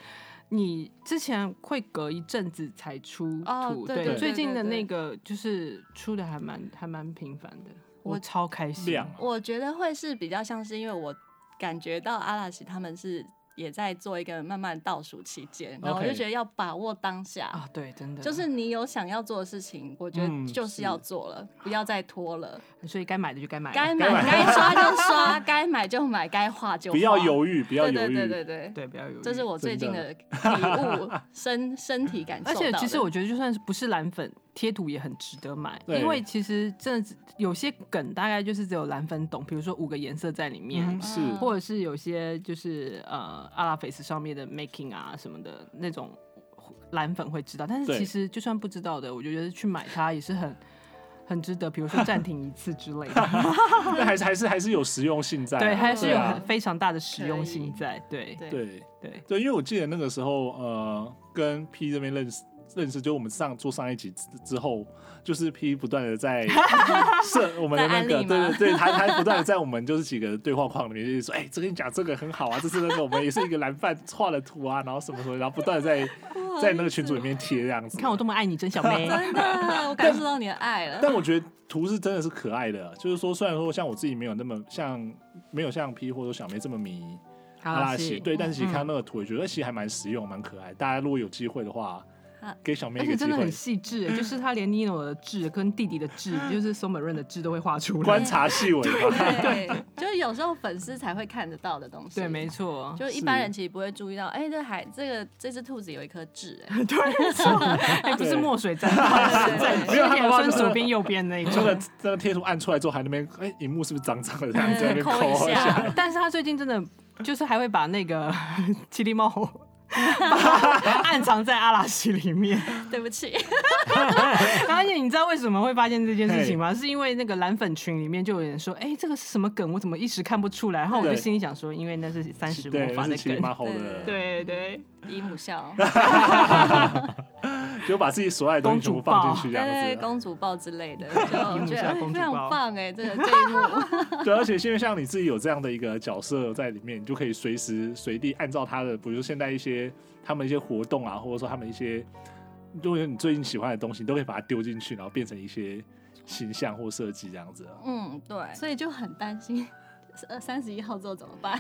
B: 你之前会隔一阵子才出图，
C: 哦对对对
B: 最近的
C: 对对
B: 那个就是出的还蛮还蛮频繁的，
C: 我
B: 我超开心。
A: 亮啊
C: 我觉得会是比较像是，因为我感觉到阿拉西他们是也在做一个慢慢倒数期间，然后我就
A: OK
C: 觉得要把握当下。
B: 啊，对，真的
C: 就是你有想要做的事情，我觉
A: 嗯
C: 得就是
A: 是
C: 要做了，不要再拖了。
B: 所以该买的哎就该买了，
C: 该
A: 买
C: 买该刷就刷，该买就买，该画就画
A: 不要犹豫，不要
C: 对
A: 犹
C: 对
A: 豫。
C: 对对对，
B: 对，不要犹豫。
C: 这是我最近的体悟，身 身体感受
B: 而
C: 到的。
B: 且其实我觉得，就算是不是蓝粉贴图也很值得买，
A: 对
B: 因为其实真的有些梗大概就是只有蓝粉懂，比如说五个颜色在里面，
A: 嗯，是，
B: 或者是有些就是呃阿拉菲斯上面的 making 啊什么的那种蓝粉会知道，但
A: 对
B: 是其实就算不知道的，我就觉得去买它也是很很值得，比如说暂停一次之类的，
A: 那还是还是还是有实用性在啊、
B: 对，还是有
A: 啊
B: 很非常大的实用
C: 可
B: 性
C: 以
B: 在，对
C: 对
A: 对
B: 对
A: 对，因为我记得那个时候，呃，跟 P 这边认识，认识，就是我们上做上一集之之后，就是 P 不断的 在设我们的那
C: 在安
A: 个，
C: 利
A: 对
C: 吗
A: 对对，他他不断的在我们就是几个对话框里面就是说，哎、这跟你讲这个很好啊，这是那个我们也是一个蓝饭画的图啊，然后什么什么，然后不断的在在那个群组里面贴这样子。
B: 你看我多么爱你，真小妹。
C: 真的，我感受到你的爱 了。
A: 但我觉得图是真的是可爱的，就是说虽然说像我自己没有那么像没有像 P 或者说小梅这么迷
B: 阿
A: 阿拉
B: 拉
A: 西，
B: 西，
A: 对，但是其实
B: 嗯
A: 看到那个图，我觉得其实还蛮实用，蛮可爱。大家如果有机会的话
C: 啊，
A: 给小妹
B: 而
A: 一个
B: 且
A: 机
B: 真的
A: 会嗯
B: 很，细致，欸就是他连 Nino 的痣跟弟弟的痣，就是松本润的痣都会画出来
A: 观。察细微吧。
C: 对，就是有时候粉丝才会看得到的东西。
B: 对，没错，
C: 就是一
A: 是
C: 般人其实不会注意到，哎、这海这个这只兔子有一颗痣、 哎，
B: 对，没错，哎，不是
A: 对
B: 墨水粘到， 是在
A: 没有他
B: 点
A: 们画
B: 分
A: 就是
B: 左边右边那一
A: 这
B: 种
A: 个。这个贴图按出来之后，还那边哎，荧幕是不是脏脏的这样子？在那边
C: 抠嗯一
A: 抠
C: 下
A: 下，
B: 但是他最近真的就是还会把那个 七 里猫把它暗藏在阿拉西里面。
C: 对不起，
B: 而且你知道为什么会发现这件事情吗？是因为那个蓝粉群里面就有人说，哎、这个是什么梗？我怎么一时看不出来？然后我就
A: 对
B: 心里想说，因为那是三十魔
A: 对，那
B: 法的
A: 是七
B: 梗
A: 妈。吼的，
B: 对对，
C: 姨母笑，
A: 就把自己所爱的东西全部放进去这
C: 对
A: 样子。啊
C: 公主抱之类的，就
B: 姨
C: 我
B: 母
C: 觉
B: 笑
C: 得哎
B: 公主
C: 非常
B: 抱
C: 棒哎、这个这一幕
A: 对，而且因为像你自己有这样的一个角色在里面，你就可以随时随地按照他的，比如说现在一些他们一些活动啊，或者说他们一些，如果有你最近喜欢的东西，你都可以把它丢进去，然后变成一些形象或设计这样子。啊
C: 嗯，对，所以就很担心。呃，三十一号之后怎么办？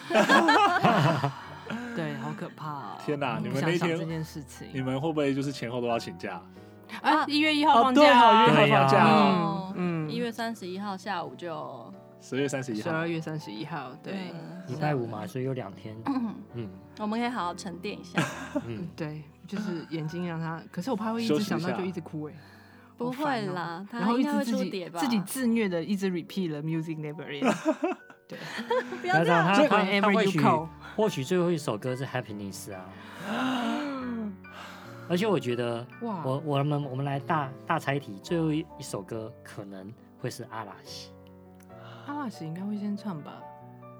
B: 对，好可怕、哦！
A: 天哪
B: 我
A: 你们
B: 想
A: 那
B: 想
A: 天
B: 这件事
A: 你
B: 情，
A: 们会不会就是前后都要请假？
B: 啊，一月一号放
A: 对
B: 假
A: 哦，
B: 啊，
A: 因为
D: 对
A: 要放假
D: 呀
A: 哦，
B: 嗯嗯，
C: 一月三十一号下午就
A: 十月三十一
B: 十
A: 号
B: 二。月三十一号，嗯对、
C: 嗯
D: 礼拜五嘛，所以有两天，嗯
C: 我们可以好好沉淀一下。
D: 嗯，
B: 对，就是眼睛让他，可是我怕会一
A: 休
B: 直
A: 息一
B: 想到
A: 下
B: 就一直哭哎、
C: 不
B: 好烦
C: 会
B: 哦
C: 啦，
B: 然
C: 他
B: 后
C: 应
B: 一
C: 该
B: 直
C: 会
B: 自
C: 出
B: 己
C: 碟吧？
B: 自己自虐的一直 repeat 了 music never end，对
C: 不
D: 加
C: 要这
D: 上
C: 样，
D: 他他他
B: ，whenever
D: 或
B: you
D: 许
B: call，
D: 或许最后一首歌是 Happiness 啊， 而且我觉得
B: 哇
D: 我我们我们来大大猜题，最后一一首歌可能会是阿拉西，
B: 阿拉斯应该会先唱吧？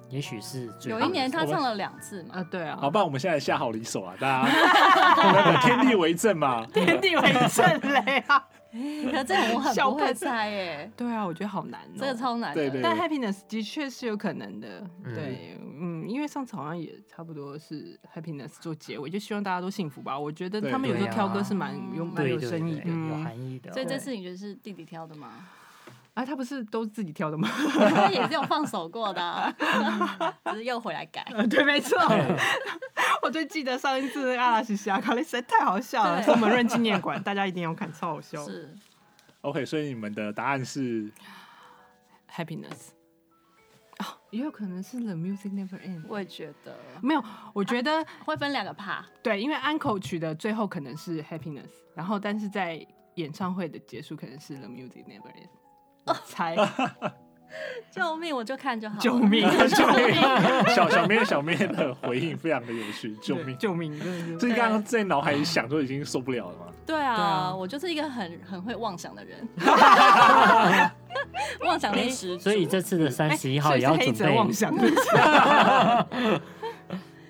D: 也许是最
C: 有
D: 后
C: 一年他
A: 我们
C: 唱了两次 嘛，
B: 啊，对啊
A: 好，，不然我们现在下好离手啊，大家 那个天地为证嘛。
B: 天地为证嘞啊！
C: 可是这个我很
B: 小
C: 不
B: 笨
C: 会猜耶，
B: 对啊，我觉得好难哦。
C: 这个超难的。
A: 对对
B: 但 happiness 的确是有可能的，
D: 嗯
B: 对，嗯，因为上次好像也差不多是 happiness 做结尾，就希望大家都幸福吧。我觉得
A: 对
B: 他们有时候
D: 对啊
B: 挑歌是蛮有蛮
D: 对
B: 有
D: 对
B: 深意
D: 对
B: 的，
D: 有
B: 嗯，
D: 含义的，哦
C: 所以
B: 对
C: 这次你觉得是弟弟挑的吗？
B: 啊，他不是都自己挑的吗？
C: 他也是有放手过的啊、只是又回来改。
B: 对，没错。 我最记得上一次那个阿拉西西亚卡雷实在太好笑了，
C: 对
B: 松本润纪念馆，大家一定要看，超好笑。
C: 是
A: OK，所以你们的答案是
B: happiness 啊，也有可能是 the music never end。
C: 我也觉得
B: 没有，我觉得
C: 会分两个 part，
B: 对，因为安口曲的最后可能是 happiness，然后但是在演唱会的结束可能是 the music never end。我猜，
C: 救命，我就看就好了。
B: 救命！
A: 救命！小小咩小咩的回应非常的有趣， 救
B: 对
A: 命！
B: 救命！真的是
A: 所以刚刚在脑海里想就已经受不了了嘛。
C: 对啊，
B: 对啊
C: 我就是一个很很会妄想的人，妄想力十足。
D: 所以这次的三十一号
B: 哎所以
D: 也
B: 是
D: 要
B: 黑
D: 准
B: 泽
D: 备
B: 妄想，对不起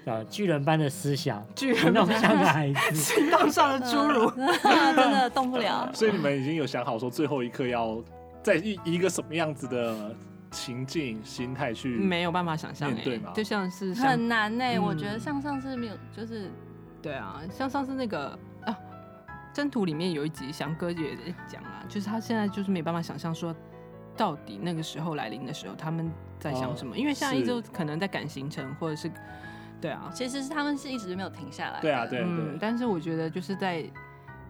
D: 呃巨人般的思想，
B: 巨人
D: 行动像个孩子，
B: 行动上的侏儒。
C: 嗯真的动不了。
A: 所以你们已经有想好说最后一刻要在一一个什么样子的情境、心态去？
B: 嗯没有办法想象、
A: 面对
B: 欸
A: 嘛，
B: 就像是像
C: 很难呢、欸
B: 嗯
C: 我觉得像上次没有，就是
B: 对啊，像上次那个啊，征途里面有一集翔哥也在讲啊，就是他现在就是没办法想象说，到底那个时候来临的时候他们在想什么，
A: 哦
B: 因为现在一
A: 是
B: 周可能在赶行程或者是，对啊，
C: 其实是他们是一直没有停下来的。
A: 对啊，对
B: 嗯，
A: 对。
B: 但是我觉得就是在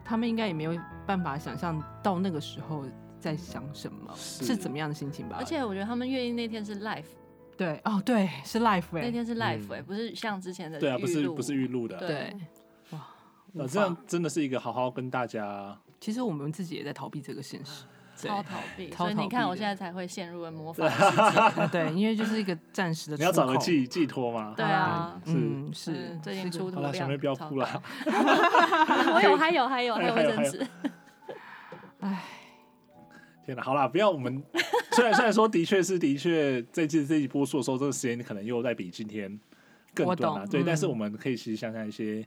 B: 他们应该也没有办法想象到那个时候在想什么，
A: 是
B: 是怎么样的心情吧，
C: 而且我觉得他们乐意那天是 live，
B: 对哦对是 life 哎、
C: 那天是 live，、欸
D: 嗯
C: 不是像之前的
A: 对啊，
C: 预
A: 不是
C: 录
A: 不是预录的，
C: 对
B: 对。哇，
A: 那
B: 无
A: 这
B: 法
A: 样真的是一个好好跟大家
B: 其实我们自己也在逃避这个现实，对
C: 超逃避，
B: 超
C: 所以
B: 逃
C: 你
B: 避
C: 看
B: 的
C: 我现在才会陷入了魔法的世界。
B: 啊对，因为就是一个暂时的出口。
A: 你要找个寄寄托吗？
C: 对啊，
A: 是
B: 嗯，是
C: 嗯最近出
A: 好
C: 图
A: 了，
C: 量
A: 小妹不要
C: 超
A: 哭了
C: 高。。 我有，还有，还有，还有
A: 还有
C: 卫生纸。
A: 天哪，好啦，不要我们。虽然虽然说的确是的确，这次这一播出的时候，这个时间可能又在比今天更短了、
B: 我懂
A: 对，
B: 嗯
A: 但是我们可以其实想想一些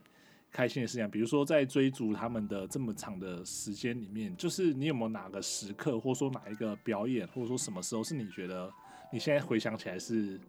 A: 开心的事情？比如说在追逐他们的这么长的时间里面，就是你有没有哪个时刻，或者说哪一个表演，或者说什么时候是你觉得你现在回想起来是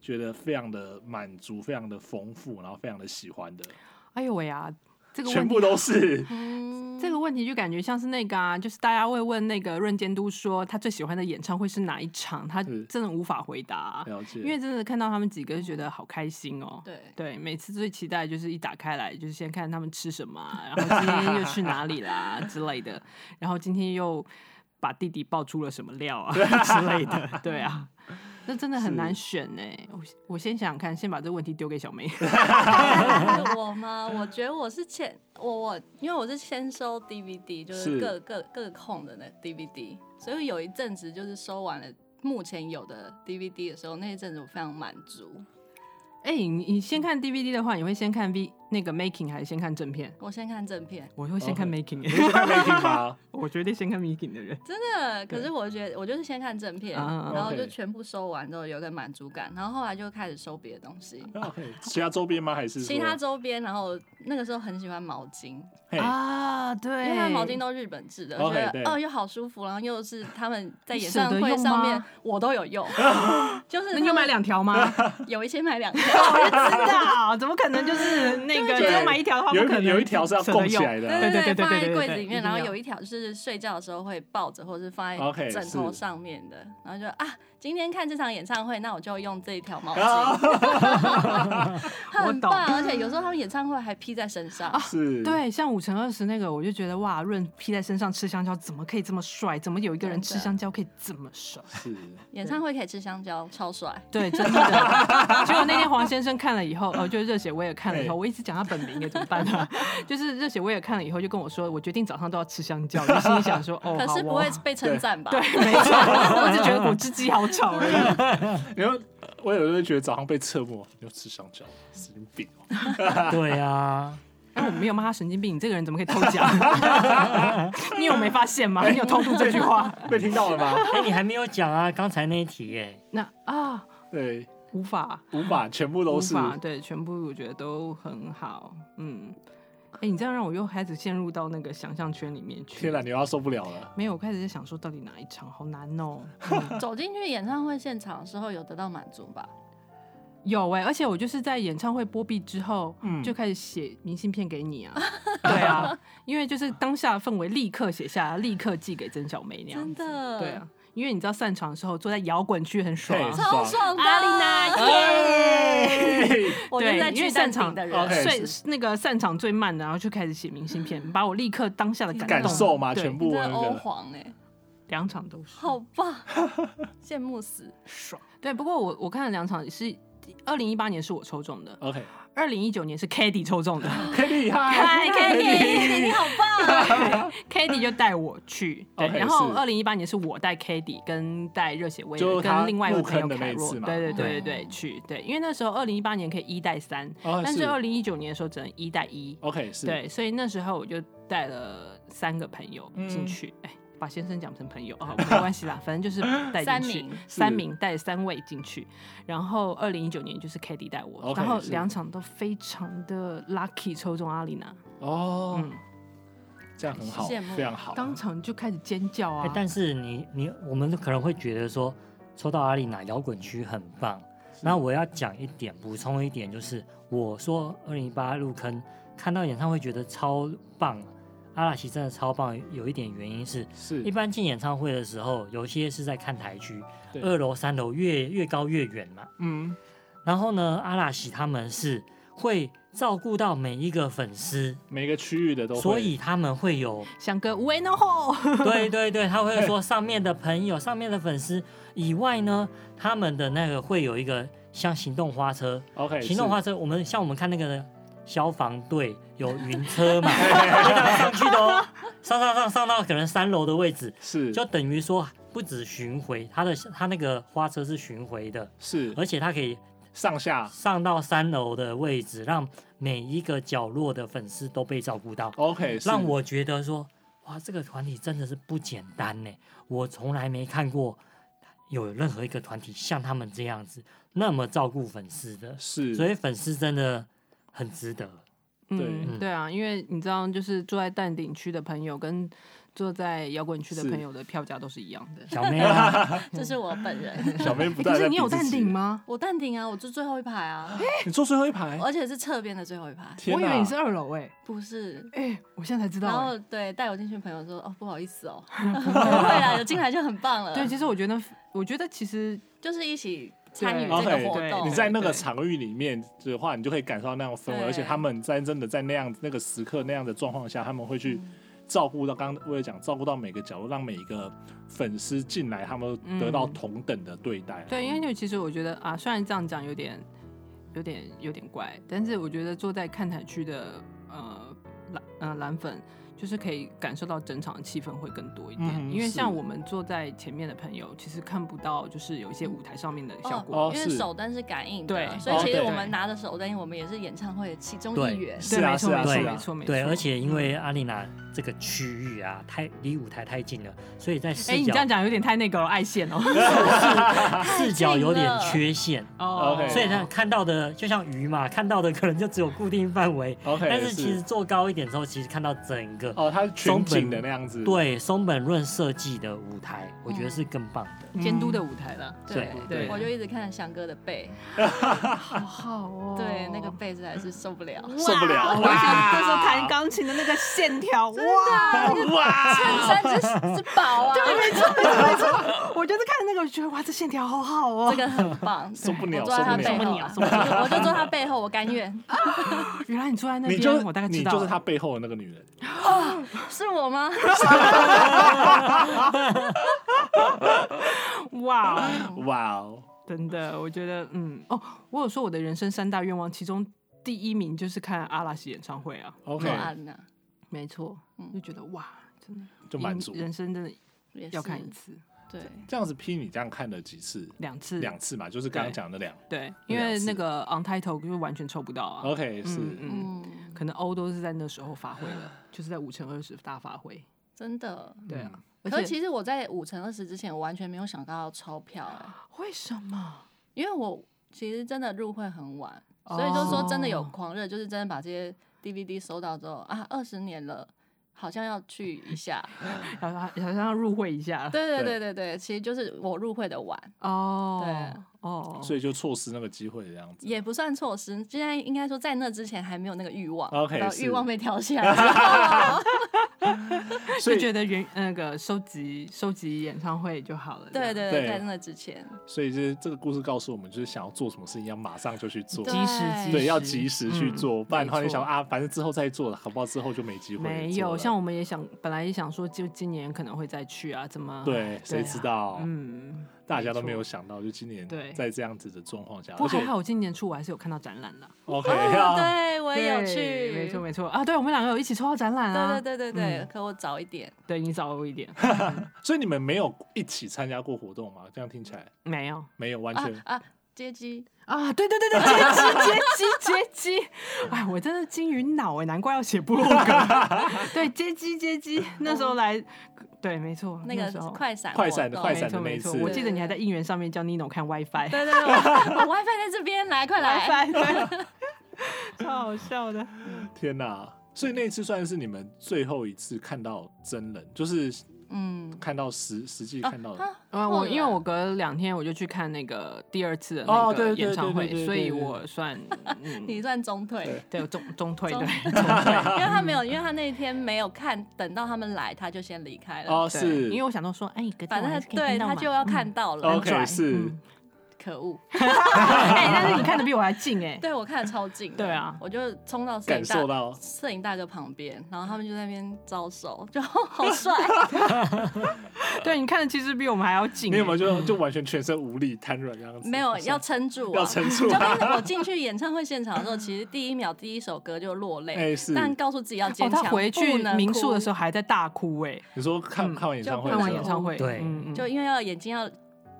A: 觉得非常的满足、非常的丰富，然后非常的喜欢的？
B: 哎呦喂呀，这个问题
A: 全部都 是。
C: 嗯，
B: 这个问题就感觉像是那个啊，就是大家会问那个润监督说他最喜欢的演唱会是哪一场，他
A: 是
B: 真的无法回答啊、
A: 了解，
B: 因为真的看到他们几个就觉得好开心哦。
C: 对，
B: 对，每次最期待就是一打开来就是先看他们吃什么啊，然后今天又去哪里啦啊之类的，然后今天又把弟弟爆出了什么料啊之类 的，对啊。那真的很难选呢、我我先想想看，先把这个问题丢给小 梅。
C: 我吗？我觉得我是先我我，因为我是先收 DVD，就是是各各各空的那 DVD，所以有一阵子就是收完了目前有的 DVD 的时候，那一阵子我非常满足。
B: 哎、你你先看 DVD 的话，你会先看 V 那个 making 还是先看正片？
C: 我先看正片，
B: 我会先
A: 哦
B: 看 making，、
A: 你 会去看 making 吗？
B: 我绝对先看 making 的人。
C: 真的。可
B: 对
C: 是我觉得我就是先看正片，
B: 啊
C: 然后
A: OK
C: 就全部收完之后有一个满足感，然后后来就开始收别的东西，
A: 其他周边吗？还是说
C: 其他周边。然后那个时候很喜欢毛巾，
A: 嘿
B: 啊，对
C: 因为它毛巾都日本制的，我
A: OK，
C: 觉
A: 对
C: 得哦又好舒服，然后又是他们在演唱
B: 你舍得
C: 会
B: 用吗
C: 上面我都有用， 就是
B: 那你有买两 条吗？
C: 他们有哦一些买 两条，
B: 我就 知
A: 啊
B: 道，怎么可能就是那个
C: 就会
B: 只
C: 觉得
B: 有买一条的话，
A: 有
B: 不
A: 一
B: 可能
A: 有一条是要
B: 舍得
A: 供起
B: 用
A: 来的啊
B: 对对对
C: 放
B: 对
C: 在
B: 对，
C: 柜子里面，然后有
B: 一
C: 一条就是睡觉的时候会抱着，或者是放
A: OK，
C: 在枕头
A: 是
C: 上面的，然后就啊今天看这场演唱会，那我就用这一条毛
A: 啊
C: 巾，
B: 啊 我
C: 很
B: 懂
C: 棒，而且有时候他们演唱会还披在身上，
A: 是
B: 定要对，像五乘二十那个，我就觉得哇，润披在身上吃香蕉怎么可以这么帅？怎么有一个人吃香蕉可以这么帅？
A: 是
C: 演唱会可以吃香蕉，超帅。
B: 对，真的。结果那天黄先生看了以后，呃，就是热血威尔看了以后，
A: 对
B: 我一直讲他本名该怎么办呢、 就是热血威尔看了以后就跟我说，我决定早上都要吃香蕉。我就心里想说，哦，
C: 可
B: 好
C: 是不
B: 哦
C: 会被称赞吧？
B: 对，没错， 我只觉得果汁机好丑而已。
A: 然后我有时候觉得早上被侧目，你又吃香蕉，神经病哦、
D: 对啊，
B: 哎，我没有骂他神经病，你这个人怎么可以偷讲？ 你有没发现吗？你有偷渡这句话？
A: 被听到了吗？
D: 哎，你还没有讲啊，刚才那一题耶，
B: 那啊，
A: 对，
B: 无法，
A: 五把全部都
B: 无
A: 是
B: 法，对，全部我觉得都很好，嗯。哎，你这样让我又开始陷入到那个想象圈里面去。
A: 天哪，你又要受不了 了。
B: 没有，我开始在想说到底哪一场好难哦。
C: 走进去演唱会现场的时候有得到满足吧？
B: 有哎、而且我就是在演唱会播毕之后，
A: 嗯
B: 就开始写明信片 给你啊。对啊，因为就是当下的氛围立刻写下来，立刻寄给曾小梅那样
C: 真
B: 子。
C: 的，
B: 对啊，，因为你知道散场的时候坐在摇滚区很爽啊、
A: 对哎
C: 超爽的。
B: 阿丽娜
A: 耶！
C: 我就
B: 对，
C: 是在
B: 因为
C: 巨
B: 散
C: 蛋
B: 场
C: 场的
A: ，OK
C: 人，
B: 最那个散场最慢的，然后就开始写明信片，把我立刻当下的感
A: 感
B: 动
A: 受嘛，
B: 对哦
A: 全部
C: 你真
A: 那
C: 的欧
A: 个
C: 皇哎，
B: 两场都是
C: 好棒， 羡慕死。
B: 爽。对，不过我我看了两场是。二零一八年是我抽中的，
A: OK，
B: 二零一九年是 k a t i e 抽 中的
A: k a t i 嗨，
B: 嗨
C: k
B: ，Katie
C: a 你好棒，
B: k a t i e 就带我去，对
A: OK，
B: 然后
A: 哦是
B: 二零一八年是我带 k a t i e 跟带热血威
A: 就
B: 尔
A: 是他
B: 跟另外一位
A: 入
B: 朋友
A: 坑的那
B: 凯
A: 一
B: 若，
A: 次
B: 对
A: 嘛
B: 对对对
D: 对
B: 对，去对，因为那时候二零一八年可以一带三，
A: 哦
B: 但
A: 是
B: 是二零一九年的时候只能一带一，
A: OK 是，
B: 对，所以那时候我就带了三个朋友进
A: 嗯
B: 去，哎、把先生讲成朋友啊、哦，没关系啦，反 正就是带
C: 三
B: 进去
C: 名
B: 三
A: 是
B: 名带三位进去，然后二零一九年就是 k a t i e 带我
A: OK，
B: 然后
A: 是
B: 两场都非常的 lucky 抽中阿丽娜，
A: 哦，
B: 嗯，
A: 这样很好，
C: 羡慕
A: 非常好。 啊
B: 当场就开始尖叫啊
D: 哎，，但是你你我们可能会觉得说，抽到阿丽娜摇滚区很棒。那我要讲一点，补充一点，就是我说二零一八入坑，看到演唱会觉得超棒，阿拉奇真的超棒。有一点原因是，
A: 是
D: 一般进演唱会的时候，有些是在看台区
A: 对，
D: 二楼、三楼越越高越远嘛。
A: 嗯，
D: 然后呢，阿拉西他们是会照顾到每一个粉丝，
A: 每个区域的都会，
D: 所以他们会有，
B: 翔哥 w e no ho，
D: 对对对，他会说上面的朋友、上面的粉丝以外呢，他们的那个会有一个像行动花车，
A: OK
D: 行动
A: 是
D: 花车，我们像我们看那个消防队有云车嘛，就这样上去的哦，上上上上到可能三楼的位置，
A: 是
D: 就等于说不止巡回，它的它那个花车是巡回的，
A: 是
D: 而且它可以
A: 上下
D: 上到三楼的位置，让每一个角落的粉丝都被照顾到，
A: OK，是
D: 让我觉得说，哇，这个团体真的是不简单呢，我从来没看过有任何一个团体像他们这样子那么照顾粉丝的，
A: 是
D: 所以粉丝真的很值得。
B: 嗯，对啊，因为你知道，就是住在淡顶区的朋友跟坐在摇滚区的
A: 是
B: 朋友的票价都是一样的。哎
D: 小妹啊，
C: 这是我本人。
A: 小妹不
B: 可
A: 断
B: 是
A: 在
B: 你有
A: 逼自
B: 淡
A: 己
B: 定？吗？
C: 我淡定啊，我坐最后一排啊，
A: 你坐最后一排，
C: 而且是侧边的最后一排，
A: 天
B: 我以
A: 哪！
B: 为你是二楼哎
C: 不是。
B: 哎，我现在才知
C: 然
B: 道
C: 后对带我进去的朋友说：“哦，不好意思哦，不会啦，有进来就很棒了。”
B: 哎。对，其实我觉得，我觉得其实
C: 就是一起参与
B: 对
C: 这个
A: OK，
C: 活
B: 对
C: 动。
A: 你在那个
B: 哦对
A: 场域里面的话，你就可以感受到那样氛围，
C: 对
A: 而且他们在真的在那样那个时刻那样的状况下，他们会去
B: 嗯
A: 照顾到刚刚为了讲照顾到每个角落，让每一个粉丝进来，他们
B: 嗯
A: 得到同等的对待。
B: 对，因为就其实我觉得啊，虽然这样讲有点、有点、有点怪，但是我觉得坐在看台区的呃蓝呃蓝粉，就是可以感受到整场的气氛会更多一点。
A: 嗯
B: 因为
A: 是
B: 像我们坐在前面的朋友，其实看不到就是有一些舞台上面的效果。
A: 哦
C: 因
A: 是
C: 为手灯是感应
B: 对
C: 的，所以其
A: 哦
C: 实
A: 对
C: 我们拿着手灯，我们也是演唱会的其中
D: 对
C: 一员。
A: 是
B: 对，
A: 啊
B: 没错，
A: 是啊
B: 没错，
D: 是啊
B: 没错，没错。嗯
D: 对，而且因为阿丽娜这个区域啊，太离舞台太近了，所以在视
B: 哎、你
D: 角
B: 这样讲有点太那个了，爱 线哦。
D: 视角有点缺陷，
B: 哦
A: OK
D: 所以呢，看到的就像鱼嘛，看到的可能就只有固定范围，
A: OK，
D: 但是其实坐高一点之后，其实看到整个
A: 哦，它是全景
D: 松本
A: 的那样
B: 嗯
A: 子，，
D: 对松本润设计的舞台，我觉得是更棒的。
B: 监督的舞台了，
C: 对
B: 对对
C: 我就一直看翔哥的背，
B: 好好哦
C: 对，那个背实在是受不了。
A: 受不了
B: 我
A: 哇
B: 想那时候弹钢琴的那个线条，哇！
C: 衬衫是是宝啊，
B: 没错，没错，没错。我就是看那个，我觉得哇，这线条好好哦
C: 这个很棒，
A: 受不了
C: 我坐在他背
A: 受
B: 不
C: 后
B: 了
C: 啊，
B: 受不
C: 我就坐他背后，我 甘愿。
B: 原来你坐在那
A: 你就
B: 边，我大概
A: 你
B: 知道了。
A: 就是他背后的那个女人，
C: 是我吗？
B: 哇，
C: 嗯
A: 哇哦，
B: 真的，我觉得，嗯，哦，我有说我的人生三大愿望，其中第一名就是看阿拉西演唱会啊，
A: ，OK，
C: 诺安娜
B: 没错，
C: 嗯
B: 就觉得哇，真的
A: 就满足。
B: 人生真的
C: 也是
B: 要看一次、
C: 对，
A: 这样子批你这样看了几次？
B: 两次，
A: 两次嘛，就是刚刚讲的两。
B: 对，因为那个 on title 就是完全抽不到啊，
A: OK，是哦
B: 嗯嗯，
C: 嗯，
B: 可能欧都是在那时候发挥了，就是在五乘二十大发挥，
C: 真的。
B: 对啊，而
C: 可
B: 且
C: 是其实我在五乘二十之前，我完全没有想到要抽票、哎，
B: 为什么？
C: 因为我其实真的入会很晚，所以就说真的有
B: 哦
C: 狂热，就是真的把这些 DVD 收到之后啊，二十年了，好像要去一下。
B: 好像好像要入会一下了。
C: 对对
A: 对
C: 对对对，其实就是我入会的晚，
B: 哦，
C: 对
B: 哦，
A: 所以就错失那个机会这样子。
C: 也不算错失，现在应该说在那之前还没有那个欲望
A: OK，
C: 然后
A: 是
C: 欲望被挑 下来。
A: 所
B: 就
A: 以
B: 觉得原呃那个收集收集演唱会就好了。
C: 对
B: 这样
C: 对
A: 对
C: 对，在那之前，
A: 所以就是这个故事告诉我们，就是想要做什么事情要马上就去做，
C: 对
B: 及时及
A: 对，要及时去
B: 嗯
A: 做，不然的话
B: 没
A: 你
B: 错
A: 想啊，反正之后再做，好不好？之后就没机会做了。
B: 没有，像我们也想，本来也想说，就今年可能会再去啊，怎么？
A: 对，谁
B: 啊
A: 知道？
B: 嗯，
A: 大家都没有
B: 没
A: 想到，就今年
B: 对
A: 在这样子的状况下，
B: 不
A: 而
B: 过
A: 且
B: 还好，我今年初我还是有看到展览的。
A: OK
C: 哦，
A: 啊，
C: 对我也有去，
B: 对没错没错啊！对我们两个有一起抽到展览啊！
C: 对对对对
B: 嗯
C: 对，可我早一点，
B: 对你早我 一点，
A: 所以你们没有一起参加过活动吗？这样听起来
B: 没有
A: 没有，完
C: 啊
A: 全
C: 啊，接机，
B: 啊！对对对对，接机接机接机！哎，我真的金鱼脑哎，难怪要写部落格。 对，接机接机，那时候来，对，没错，
C: 那
B: 哦那
C: 个
B: 时候
C: 快闪
A: 快闪的
C: 活
A: 快
C: 动
A: 闪
B: 没错
A: 那一
B: 没错，
A: 次
B: 我记得你还在应援上面叫 Nino 看 WiFi，
C: 对对对，我 我 WiFi 在这边，来快来。
B: WiFi，对 超好笑的。
A: 天哪！所以那一次算是你们最后一次看到真人，就是
C: 嗯，
A: 看到实实际
C: 啊
A: 看到的
C: 啊
B: 啊，我
C: 后来
B: 因为我隔两天我就去看那个第二次的那
A: 哦对
B: 个
A: 对对
B: 演唱
A: 对对
B: 会，
A: 对
B: 所以
A: 对
B: 我算嗯
C: 你算中退，
A: 对
B: 对中中退
C: 中
B: 对。
C: 因为他没有，因为他那一天没有看，等到他们来，他就先离开了。
A: 哦，
B: 对
A: 是
B: 因为我想到说，哎，隔天
C: 反正
B: 晚上
C: 他
B: 可以看
C: 对
B: 到嗯
C: 他
B: 嘛
C: 就要看到了，
B: 很拽
A: OK 是
B: 嗯
C: 可恶！
B: 哎，但是你看的比我还近哎，
C: 对我看的超近的，
B: 对啊
C: 我就冲到摄
A: 感
C: 影
A: 受
C: 大
A: 到
C: 摄影大哥旁边，然后他们就在那边招手，就 好帅，
B: 对，你看的其实比我们还要近。
A: 你啊有没有
B: 哎
A: 就就完全全身无力、瘫软这样子？
C: 没有
A: 好像
C: 要撑住、啊，
A: 要撑住
C: 就
A: 啊，
C: 跟我进去演唱会现场的时候，其实第一秒第一首歌就落 泪，
A: 哎是
C: 但告诉自己要
B: 哦，
C: 坚强。
B: 他回去民宿的时
C: 候，
B: 候还在大哭哎，
A: 你说看
B: 嗯
A: 看完演唱会啊
C: 就
A: 的时
B: 看完
A: 候，
B: 演唱会，
D: 对
B: 嗯嗯
C: 就因为要眼睛要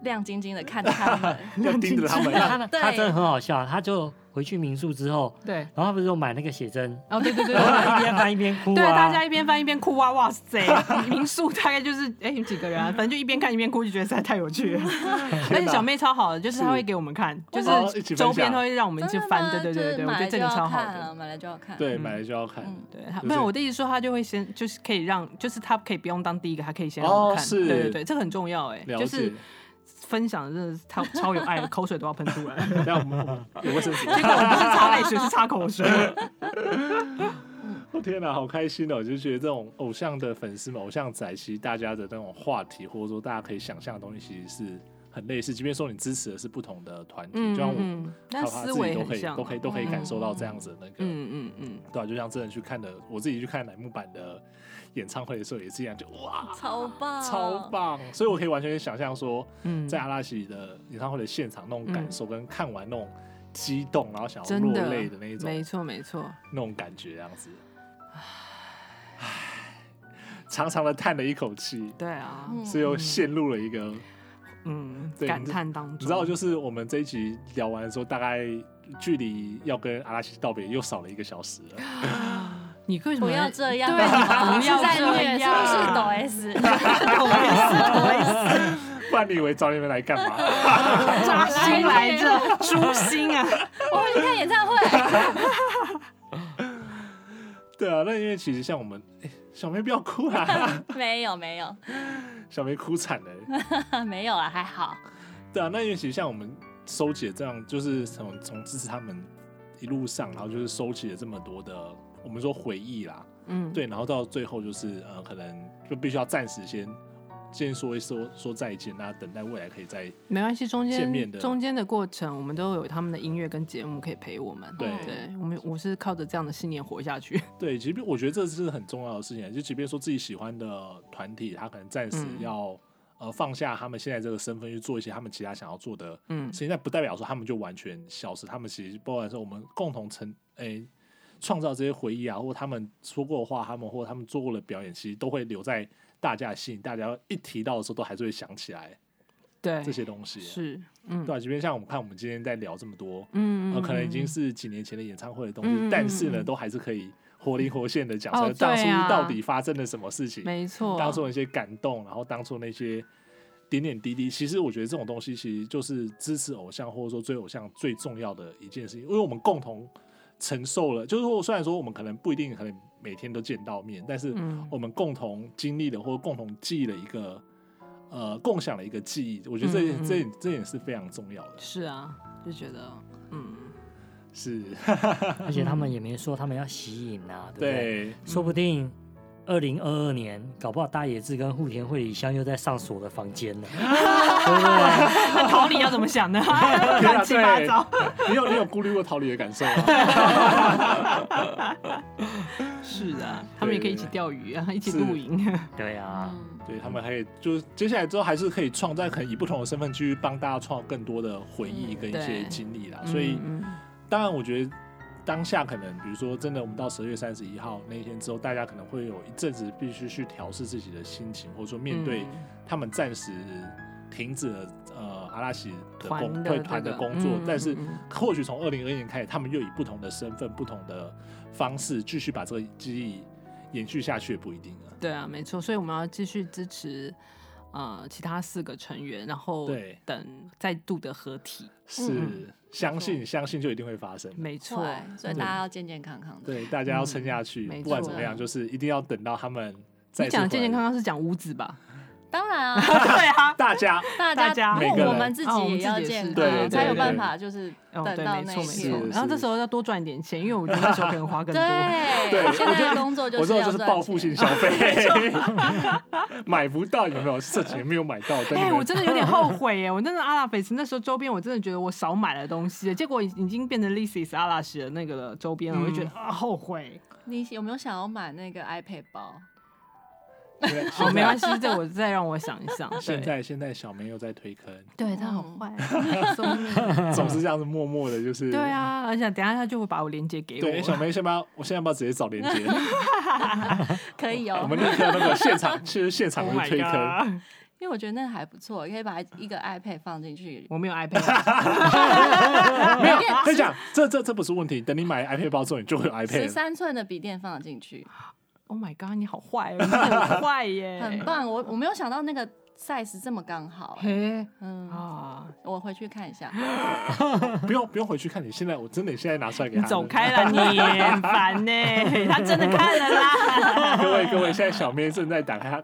C: 亮晶晶的看着他们，
A: 要盯着 他们，
D: 他
A: 让
D: 们
C: 对
D: 他真的很好笑，他就回去民宿之后，
B: 对，
D: 然后他不是有买那个 写真，
B: 哦对对对对
D: 然后
B: 对。
D: 他一边翻一边哭啊，
B: 对，大家一边翻一边哭哇哇塞！民宿大概就是哎、有几个人、啊，反正就一边看一边哭，就觉得实在太有趣 了。
A: 啊
B: 而且小妹超好的，就是她会给我们看，
A: 哦
B: 就是周边她会让我们去翻，对对对对，我觉得这
C: 真
B: 个
C: 的吗
B: 超
C: 啊就是
B: 好
C: 买来就要看
B: 的。
C: 啊，买来就要
A: 对买了就要
B: 嗯
C: 看。
A: 看。
C: 嗯
B: 对，他
A: 就是
B: 没有我的意思说，他就会先就是可以让，就是他可以不用当第一个，他可以先让
A: 哦
B: 我们看，
A: 是
B: 对对对，这个很重要哎，
A: 了
B: 就
A: 解
B: 是，分享的真的是超超有爱，口水都要喷 出来。
A: 那我们我们有卫生 纸。
B: 结果我不是擦泪水，是擦口水。
A: 我 天哪，好开心哦！就是觉得这种偶像的粉丝们、偶像仔，其实大家的那种话题，或者说大家可以想象的东西，其实是很类似。即便说你支持的是不同的团体，
B: 嗯，
A: 就像我
B: 嗯嗯但
A: 好吧
B: 思
A: 自己
B: 维
A: 都
B: 很
A: 可以
B: 像啊，
A: 都可以都可以感受到这样子的那个，
B: 嗯嗯嗯，
A: 对、啊、就像真的去看的，我自己去看乃木坂的演唱会的时候，也是一样，就哇，
C: 超棒，
B: 啊
A: 超！棒！所以我可以完全想象说，
B: 嗯，
A: 在阿拉西的演唱会的现场那种感受，跟看完那种激动，然后想要
B: 真
A: 落
B: 的
A: 泪的那一种
B: 没错没错，
A: 那种感觉，这样子。唉，长长的叹了一口气，
B: 对啊，
C: 嗯
A: 所以又陷入了一个，
B: 嗯，
A: 对
B: 感叹当中，
A: 你知道，就是我们这一集聊完的时候，大概距离要跟阿拉西道别又少了一个小时了。
B: 你为什么
C: 不要这样，
B: 对，你
C: 你
B: 不
C: 是
B: 要
C: 在
B: 这
C: 虐，是不是
B: 样，啊
C: 抖 S？
B: 懂我意思，懂我意思。
A: 不然你以为找你们来干嘛？
B: 扎心来 着，诛心啊！
C: 我们去看演唱会，
A: 对啊，那因为其实像我们，哎小梅不要哭啦，
C: 没有没有
A: 小梅哭惨了、欸
C: 没有啊，还好。
A: 对啊，那因为其实像我们收集了这样，就是从从支持他们一路上，然后就是收集了这么多的，我们说回忆啦，
B: 嗯，
A: 对，然后到最后就是呃，可能就必须要暂时先先说一说说再见，那等待未来可以再
B: 没关系，中
A: 见面
B: 间
A: 的
B: 中间的过程，我们都有他们的音乐跟节目可以陪我们。
A: 对
B: 对我们我是靠着这样的信念活下去。
A: 对，即便我觉得这是很重要的事情，就即便说自己喜欢的团体，他可能暂时
B: 嗯
A: 要、呃放下他们现在这个身份去做一些他们其他想要做的
B: 嗯
A: 现在不代表说他们就完全消失，他们其实不管是我们共同成诶创、造这些回忆啊，或他们说过的话，他们或他们做过的表演，其实都会留在大家的心里。大家一提到的时候，都还是会想起来
B: 对，
A: 这些东西。
B: 哎是嗯
A: 对啊，即便像我们看我们今天在聊这么多，
B: 嗯
A: 呃，可能已经
B: 嗯
A: 是几年前的演唱会的东
B: 嗯嗯
A: 西，
B: 嗯
A: 但是呢，
B: 嗯
A: 都还是可以活灵活现的讲出
B: 哦
A: 来当初
B: 对啊
A: 到底发生了什么事情。
B: 没错，
A: 当初那些感动，然后当初那些点点滴滴，其实我觉得这种东西其实就是支持偶像或者说追偶像最重要的一件事情，因为我们共同承受了，就是说虽然说我们可能不一定可能每天都见到面，但是
B: 嗯
A: 我们共同经历了或者共同记忆了一个呃共享了一个记忆，我觉得这
B: 嗯嗯嗯
A: 这这点是非常重要的，
B: 是啊，就觉得嗯
A: 是
D: 而且他们也没说他们要吸引啊，对不对？
A: 对
D: 说不定二零二二年，搞不好大野智跟户田惠里香又在上锁的房间呢，对不对？
B: 那桃李要怎么想 呢？
A: 天啊
B: 乱七八
A: 对
B: 糟，
A: 你有你有顾虑过桃李的感受吗？
B: 是啊，他们也可以一起钓鱼啊，一起露 营。
D: 对啊，
C: 嗯
A: 对他们还可以，就是接下来之后还是可以创造，可能以不同的身份去帮大家创造更多的回忆跟一些
B: 嗯对
A: 经历啦。所以，
B: 嗯
A: 当然我觉得当下可能，比如说真的，我们到十二月三十一号那一天之后，大家可能会有一阵子必须去调试自己的心情，或者说面
B: 嗯
A: 对他们暂时停止了呃阿拉西的
B: 团
A: 工
B: 的
A: 退
B: 这
A: 团的
B: 个
A: 工作
B: 嗯，
A: 但是
B: 嗯嗯
A: 或许从二零二一年开始，他们又以不同的身份、不同的方式继续把这个记忆延续下去，也不一定啊。
B: 对啊，没错，所以我们要继续支持呃其他四个成员，然后
A: 对
B: 等再度的合体。
A: 是
B: 嗯
A: 相信，相信就一定会发生。
B: 没错，
C: 会，所以大家要健健康康的。
A: 对，大家要撑下去，
B: 嗯没
A: 不管怎么
C: 错
A: 样，就是一定要等到他们再
B: 你
A: 次回
B: 讲
A: 来
B: 的健健康，康是讲屋子 吧？
C: 当然 啊，
B: 对啊，
A: 大家
C: 大
B: 大
C: 家，
B: 家
C: 不
A: 每个
C: 过我
A: 人
C: 们自
B: 哦
C: 己
B: 我们
C: 也
B: 自
C: 要
B: 己也
C: 健
B: 是
A: 对
C: 康，才
A: 对
C: 有
A: 对
C: 办法就是
B: 哦，
C: 等
B: 对，
C: 到
B: 没
C: 那
B: 错没
C: 一
A: 是
B: 错。
C: 天。
B: 然后这时候要多赚一点钱，因为我觉得那时候可能花更多。
A: 对
C: 对，现
A: 我
C: 在
A: 就
C: 的工作就
A: 我
C: 是
A: 说
C: 要
A: 的就是
C: 赚
A: 报复
C: 钱
A: 性消 费，买不到有没有？这几年没有买到，但
B: 哎、
A: 你
B: 我
A: 们
B: 真的有点后悔 耶！我真的阿拉菲斯那时候周边，我真的觉得我少买了东西，结果已已经变成 l i s i s 阿拉什的那个周边了，我就觉得啊后悔。
C: 你有没有想要买那个 iPad 包？
B: 好，没关系，这我再让我想一想。 嗯
A: 现
B: 对
A: 在现在小梅又在推坑，
B: 对他好
C: 嗯
B: 坏，聪明。
A: 总是这样子默默的，就是
B: 对。啊，而且等一下他就会把我连接给我
A: 对，哎小
B: 了。
A: 梅，先不要，我现在要不要直接找连 接？
C: 可以
A: 我
C: 哦
A: 们，立刻那个现场，去现场
B: Oh
A: 去
B: my
A: 推坑。
B: god！
C: 因为我觉得那个还不错，可以把一个 iPad 放进 去。
B: 我没有 iPad，
A: 没有， 跟你讲，这这这不是问题。等你买 iPad 包之后，你就会有
C: 十
A: iPad 了。
C: 三寸的笔电放得进去，
B: Oh my god！你好坏哦，你 很坏耶，
C: 很。棒。我我没有想到那个 size 这么刚好、欸
B: 嘿
C: 嗯，
B: 啊！
C: 我回去看一下。
A: 不用不用回去看你，现在我真的现在拿出来给
B: 你
A: 他。
B: 走开了，你很烦呢。 他真的看了啦，
A: 各位各位，现在小妹正在打开她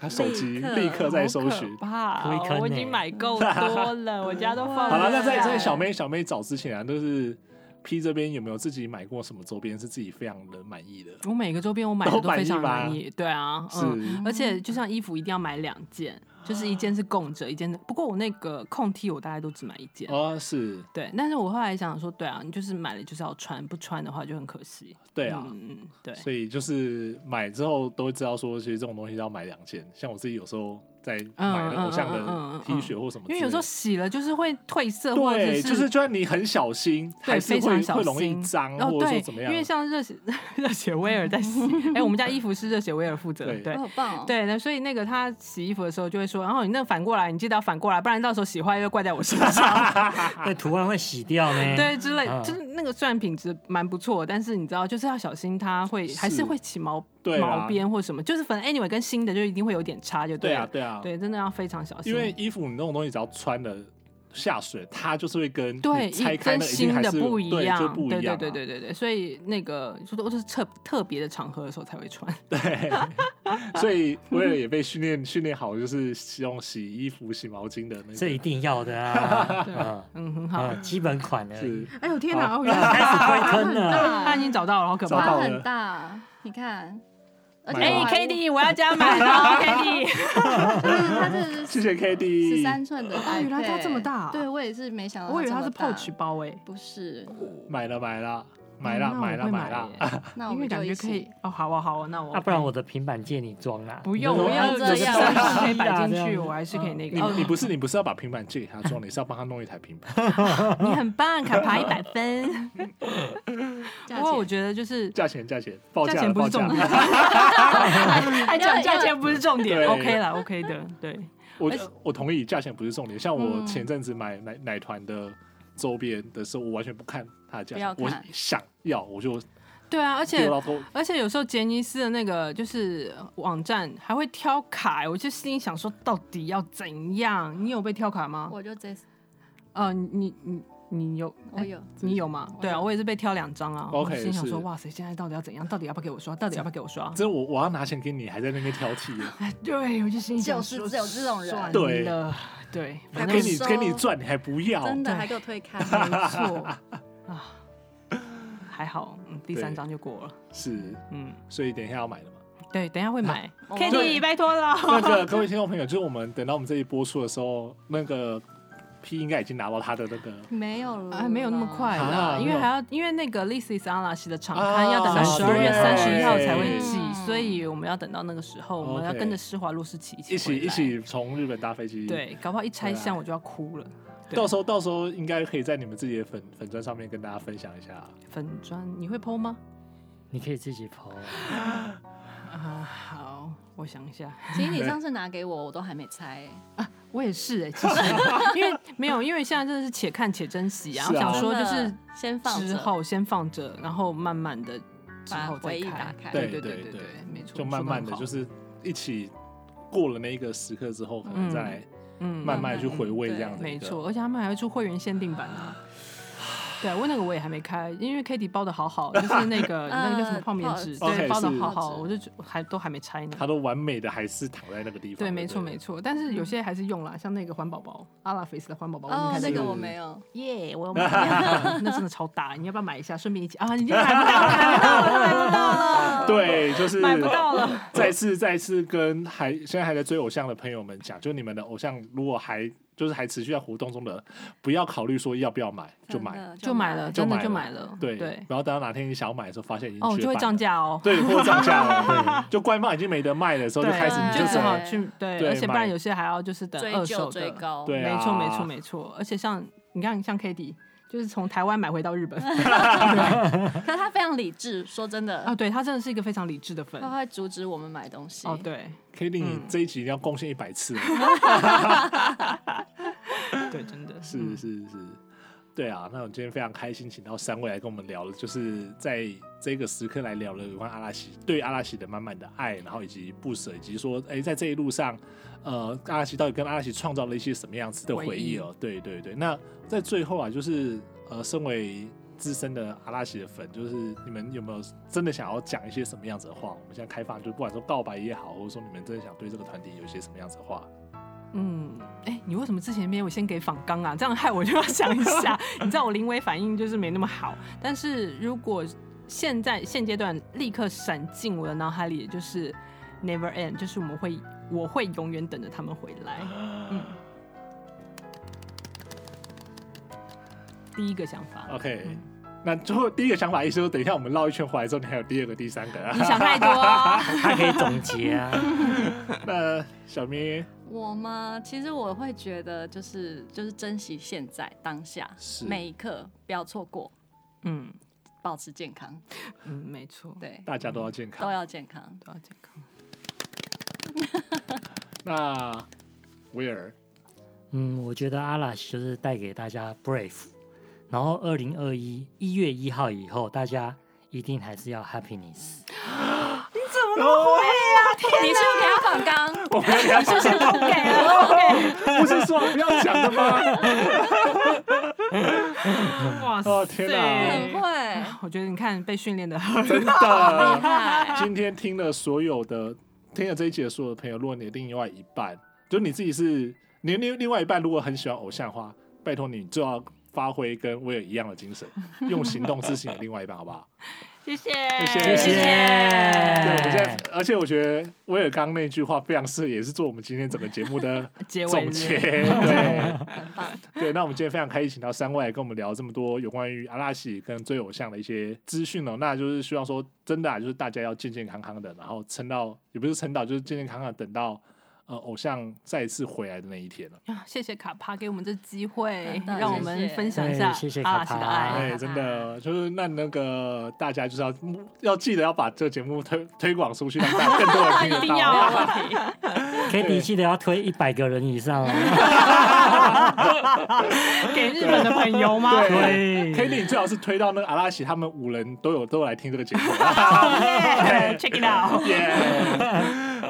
A: 她手机，
C: 立刻
A: 立刻在搜寻。
B: 爸
D: 推坑，欸
B: 我已
D: 呢
B: 经买够多 了，我家都放不
A: 好了，那在
B: 下
A: 在小妹小妹找之前啊，就是 P 这边有没有自己买过什么周边是自己非常的满意的？
B: 我每个周边我买的
A: 都
B: 都
A: 满
B: 非
A: 意
B: 常
A: 吧
B: 满意，对啊，
A: 是
B: 嗯，而且就像衣服一定要买两件，就是一件是供着，一件是不过我那个空 T 我大概都只买一件，
A: 哦，是
B: 对，但是我后来想说，对啊，你就是买了就是要穿，不穿的话就很可惜，
A: 对啊。
B: 嗯嗯，对，
A: 所以就是买之后都会知道说，其实这种东西要买两件。像我自己有时候在买了偶像
B: 嗯嗯嗯嗯嗯
A: 的 T
B: 嗯
A: 恤或什么之类的，
B: 因为有时候洗了就是会褪色，或者
A: 对，就是就算你很小心，
B: 对，
A: 还是
B: 非
A: 会
B: 常小
A: 会
B: 心，
A: 容易脏，
B: 哦，
A: 或者
B: 对
A: 说，怎么
B: 因
A: 样？
B: 为像热血 热血威尔 在洗，哎，我们家衣服是热血威尔负责的，
A: 对
B: 对
C: 我。好棒、哦，，
B: 对，那所以那个他洗衣服的时候就会说，然哦后你那个反过来，你记得要反过来，不然到时候洗坏又怪在我身上，
D: 那图案会洗掉呢。
B: 嗯对之类，
D: 嗯
B: 就是那个虽然品质蛮不错，但是你知道就是要小心，它会还
A: 是
B: 是会起毛
A: 对啊
B: 毛边或什么，就是反正 anyway 跟新的就一定会有点差，就
A: 对
B: 了
A: 啊，对啊，
B: 对，真的要非常小心，
A: 因为衣服你那种东西只要穿了下水，它就是会跟
B: 对
A: 你拆
B: 一
A: 开
B: 跟
A: 那一定
B: 新
A: 还
B: 的
A: 是
B: 不一样，
A: 对，就不一样啊、
B: 对对对对对对，所以那个就都是特特别的场合的时候才会穿，
A: 对 所以为了也被训练训练好，就是用洗衣服、洗毛巾的那
D: 这一
A: 个。
D: 定要的啊，
B: 嗯，很
D: 嗯
B: 好。
D: 嗯，基本款的，
A: 是
B: 哎呦天哪！
A: 好啊
B: 哦，原来
D: 开始推坑 了。
B: 他已经啊找到了，好可
A: 找
B: 怕
A: 到。
C: 花
A: 了
C: 很大，你看。而且
A: 买
B: 哎
A: 了
B: ，K D，我要加满了，K 哦 D。
C: 嗯它这 是
A: 谢谢 k
C: 十
A: d
C: 三寸的 iPad，
B: 哦原来它这么大
C: 对我也是没想到，
B: 我以为它是
C: 破
B: Poach 包诶、
C: 不是，
A: 买了买了买了
B: 嗯
A: 买了
B: 那我会
A: 买
B: 买
A: 了，
B: 耶
C: 那我
B: 因为
C: 们就
B: 感
C: 一
B: 觉可以
C: 起。
B: 哦，好啊好啊，那我、
D: 啊，不然我的平板借你装啊啦。
B: 不用，
A: 你
B: 我
A: 这
B: 要
C: 种
B: 有
C: 这样
B: 三
D: 啊
B: 可以摆
D: 这
B: 进
D: 样嗯
B: 去，我还是可以那
A: 你
B: 个。哦，
A: 你不是你不是要把平板借给他装，你是要帮他弄一台 平板。
B: 你很棒，卡牌一百分。
C: 价
B: 不过我
C: 钱
B: 觉得 就是
A: 价钱价钱啊报
B: 价
A: 价
B: 钱
A: 了
B: 不
A: 报
B: 是重
A: 价
B: 点，
A: 了，
B: 还
C: 因
B: 哎讲
C: 为
B: 价钱不是重
A: 对
B: 点，OK 啦 OK 的，对，
A: 我
B: 而且
A: 我同意价钱不是重点。像我
C: 嗯
A: 前阵子买奶奶团的周边的时候，我完全不看它的价
C: 不要
A: 钱，我
C: 看
A: 想要我就
B: 对啊，而且
A: 丢到头。
B: 而且有时候杰尼斯的那个就是网站还会挑卡、欸我就心里想说，到底要怎样？你有被挑卡吗？
C: 我就这，
B: 呃，你你你有？哎
C: 我有
B: 你有吗？
C: 有
B: 对啊，我也是被挑两张啊。
A: OK，
B: 我心想说，
A: 是
B: 哇塞，现在到底要怎样？到底要不要给我刷？到底要不要给我刷？
A: 这我我要拿钱给你，还在那边挑 剔，
B: 哎，对，我就心里想
C: 就是
B: 说
C: 只有这种人
B: 算
A: 对
B: 了，对，
A: 他
B: 反正
A: 给
B: 没
A: 你
C: 收
A: 给你赚，你还不要。
C: 真的
B: 对
C: 还给我 推开，
B: 错啊，还好，嗯，第三
A: 对
B: 张就过了。
A: 是，
B: 嗯，
A: 所以等一下要 买的嘛。
B: 对，等一下会买。
C: 哦
B: k a t i e 拜托了。
A: 那个各位听众朋友，就是我们等到我们这一播出的时候，那个 P 应该已经拿到他的那个
C: 没有了，
B: 哎，没有那么快啦，
A: 啊
B: 因为
A: 没有
B: 还要因为那个《This Is 阿拉西》的场刊
A: 啊
B: 要等到十二月三十一号才会寄
C: 对，
B: 所以我们要等到那个时候，我们要
A: OK
B: 跟着施华洛世奇
A: 一起
B: 回来
A: 一，起从日本搭飞机。，
B: 对，啊搞不好一拆
A: 回
B: 箱
A: 来
B: 我就要哭了。对
A: 到时候到时候应该可以在你们自己的粉粉砖上面跟大家分享一下。
B: 粉砖你会剖吗？
D: 你可以自己剖。
B: 啊，好，我想一下，
C: 其实你上次拿给我，我都还没拆，
B: 我也是哎， 其实因为没有，因为现在真的是且看且珍惜啊，我
A: 是啊
B: 想说就
C: 真
B: 是
C: 的先放着
B: 之后先放着，然后慢慢的之
C: 把
B: 后再
C: 回忆打开
B: 对
A: 对
B: 对对
A: 对
B: 对
A: 对
B: 对，没错，
A: 就慢慢的，
B: 说得很好
A: 就是一起过了那一个时刻之后，可能
B: 嗯
A: 再
B: 嗯
A: 慢慢地去回味这样子。
B: 没错，，而且他们还会出会员限定版 啊。对，啊我那个我也还没开，因为 Kitty 包的好 好，就是那个那个叫什么泡面纸，
C: 嗯泡
A: 纸
B: 对，包的
A: 是
B: 好好，
C: 泡纸
B: 我就觉我还都还没拆 呢
A: 他。都完美的还是躺在那个地方。
B: 对，没错没
A: 错。
B: 错，但是有些还是用啦，像那个环保包，阿拉菲斯的环保包，我已经
C: 哦
B: 开，始
C: 那
B: 用
C: 个
B: 了
C: 我没有，
B: 耶， 我有买，那真的超大，你要不要买一下？顺便一起啊，你就买不到，买不到了，买不到了，
A: 对，就是
B: 买不到了。
A: 再次再次跟还现在还在追偶像的朋友们讲，就你们的偶像如果还就是还持续在活动中的，不要考虑说要不要买就
C: 真
A: 买，
C: 的
B: 就买了，真的就
A: 就买
B: 买了，
A: 对，
B: 嗯对，
A: 然后等到哪天你想买的时候，发现已经
B: 哦，
A: 绝
B: 就会
A: 版
B: 涨
A: 了，
B: 价哦，
A: 对，或涨价了， 对，就官方已经没得卖的时候，就
B: 对，啊
A: 开始
C: 你
A: 你
B: 就
A: 只
B: 只
A: 能
B: 好
C: 对
B: 去对，
A: 对
B: 而且不
A: 买
B: 然有些还要就是等
C: 追
B: 二手
C: 究
B: 的，
C: 追高，
A: 对啊
B: 没错没错没错。而且像你看像 k a t i e 就是从台湾买回到日 本
C: 可是他非常理智，说真的，
B: 啊。对他真的是一个非常理智的粉
C: 他。会阻止我们买东西。
B: 哦，，对
A: 可以令你这一集一定要贡献一百次。
B: 对，真的
A: 是
B: 嗯
A: 是是，对啊，那我今天非常开心，请到三位来跟我们聊了，就是在这个时刻来聊了有关阿拉西对阿拉西的满满的爱，然后以及不舍，以及说，哎、在这一路上，呃，阿拉西到底跟阿拉西创造了一些什么样子的回忆哦？对对对，那在最后啊，就是呃，身为资深的阿拉西的粉，就是你们有没有真的想要讲一些什么样子的话？我们现在开放，就不管说告白也好，或者说你们真的想对这个团体有一些什么样子的话，
B: 嗯，哎、你为什么之前没有先给仿纲啊？这样害我就要想一 下。你知道我临危反应就是没那么好，但是如果现在现阶段立刻闪进我的脑海里，就是 never end，就是我们会我会永远等着他们回来。嗯，第一个想法。
A: OK，、
B: 嗯
A: 那最后第一个想法意思就是，等一下我们绕一圈回来之后，你还有第二个、第三个啊。
B: 你想太 多哦、
D: 还可以总结啊。
A: 那小咩
C: 我吗？其实我会觉得就是就是珍惜现在当下
A: 是
C: 每一刻，不要错过，
B: 嗯
C: 保持健康，
B: 嗯，没错，
C: 对，
A: 大家都要健
C: 都
A: 康。
C: 要健康。
B: 都要健康。
A: 那威尔
D: 嗯，我觉得阿拉西就是带给大家 brave，然后二零二一一月一号以后，大家一定还是要 happiness。
C: 你是不是给他仿纲？
A: 我们要讲什么？
B: 给了，OK，
A: 不是说不要讲的吗？
B: 哇塞，
A: 哦天
C: 很
A: 哪
C: 会，
B: 我觉得你看被训练的，
A: 真
C: 厉
A: 的。
C: 害。
A: 今天听了所有的，听了这一集的所有的朋友，如果你的另外一半，就你自己是你另另外一半，如果很喜欢偶像的话，拜托你就要发挥跟威尔一样的精神，用行动支持你的另外一半，好不好？
B: 谢谢，
A: 谢谢谢对，我们现
B: 哎
A: 在
D: 谢，
A: 而且我觉得威尔刚那句话非常适合，也是做我们今天整个节目的
B: 结尾
A: 总
B: 日
A: 结。 对
C: 很棒，
A: 对，那我们今天非常开心，请到三位来跟我们聊这么多有关于阿拉西跟追偶像的一些资讯哦。那就是希望说，真的、啊、就是大家要健健康康的，然后撑到也不是撑到，就是健健康康的等到呃偶像再一次回来的那一天了。
B: 啊谢谢卡帕给我们这机会
C: 真，的
B: 让我们
C: 谢谢
B: 分享一下
D: 对谢谢
B: 阿拉西
D: 卡帕
B: 的
D: 哎
B: 爱。
A: 哎，真的就是那那个大家就是要要记得要把这个节目推推广出去，让大家更多人听得到。
B: 一定要啊
C: 没有问题。
D: k a t 记得要推一百个人以上哦。
B: 给日本的朋友 吗？
A: 对 k e n y 最好是推到那个阿拉西，他们五人都有都有来听这 个节目。 对
B: Check it out，
A: 耶！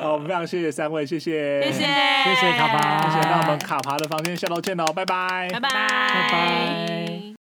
A: 好，我们非常谢谢三位，谢谢，
B: 谢谢，
A: 谢
D: 谢卡帕
A: 哦谢。那我们卡爬的房间下周见喽，拜拜，
B: 拜拜，
D: 拜拜